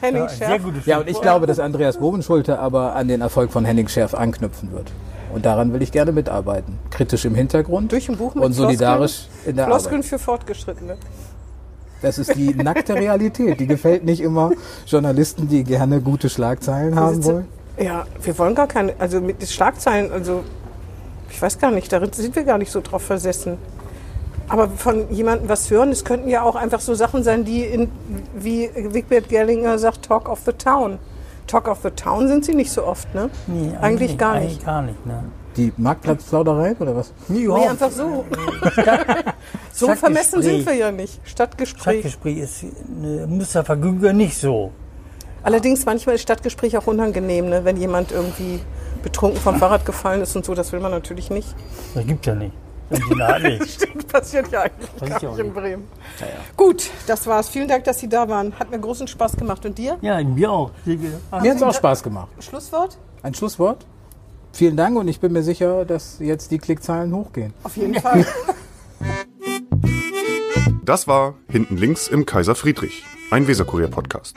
[SPEAKER 5] Henning
[SPEAKER 3] Sehr
[SPEAKER 5] Schärf.
[SPEAKER 3] gutes
[SPEAKER 4] Ja, und ich glaube, dass Andreas Bobenschulte aber an den Erfolg von Henning Schärf anknüpfen wird. Und daran will ich gerne mitarbeiten. Kritisch im Hintergrund
[SPEAKER 5] Durch ein Buch mit
[SPEAKER 4] und solidarisch in der
[SPEAKER 5] Floskeln
[SPEAKER 4] Arbeit.
[SPEAKER 5] für Fortgeschrittene.
[SPEAKER 4] Das ist die nackte Realität. Die gefällt nicht immer Journalisten, die gerne gute Schlagzeilen haben
[SPEAKER 5] Sitze-
[SPEAKER 4] wollen.
[SPEAKER 5] Ja, wir wollen gar keine, also mit den Schlagzeilen, also ich weiß gar nicht, darin sind wir gar nicht so drauf versessen. Aber von jemandem was hören, es könnten ja auch einfach so Sachen sein, die in, wie Wigbert Gerlinger sagt, Talk of the Town. Talk of the Town sind sie nicht so oft, ne?
[SPEAKER 3] Nee,
[SPEAKER 5] eigentlich gar
[SPEAKER 3] eigentlich
[SPEAKER 5] nicht.
[SPEAKER 3] gar nicht. Ne?
[SPEAKER 4] Die Marktplatzplauderei oder was? Oh,
[SPEAKER 3] Nee,
[SPEAKER 5] Nee,
[SPEAKER 3] überhaupt.
[SPEAKER 5] einfach so. so
[SPEAKER 3] Stadtgespräch.
[SPEAKER 5] vermessen sind wir ja nicht. Stadtgespräch.
[SPEAKER 3] Stadtgespräch ist eine Mustafa Günger nicht so.
[SPEAKER 5] Allerdings manchmal ist Stadtgespräch auch unangenehm, ne? wenn jemand irgendwie betrunken vom Fahrrad gefallen ist und so, das will man natürlich nicht.
[SPEAKER 3] Das gibt's ja nicht. Na, nicht.
[SPEAKER 5] Stimmt, passiert ja eigentlich
[SPEAKER 3] Weiß ich
[SPEAKER 5] gar
[SPEAKER 3] auch
[SPEAKER 5] nicht in
[SPEAKER 3] nicht.
[SPEAKER 5] Bremen. Gut, das war's. Vielen Dank, dass Sie da waren. Hat mir großen Spaß gemacht. Und dir?
[SPEAKER 3] Ja, mir auch.
[SPEAKER 4] Mir hat es auch Spaß gemacht.
[SPEAKER 5] Schlusswort?
[SPEAKER 4] Ein Schlusswort? Vielen Dank und ich bin mir sicher, dass jetzt die Klickzahlen hochgehen.
[SPEAKER 5] Auf jeden Fall.
[SPEAKER 1] Das war Hinten links im Kaiser Friedrich, ein Weserkurier-Podcast.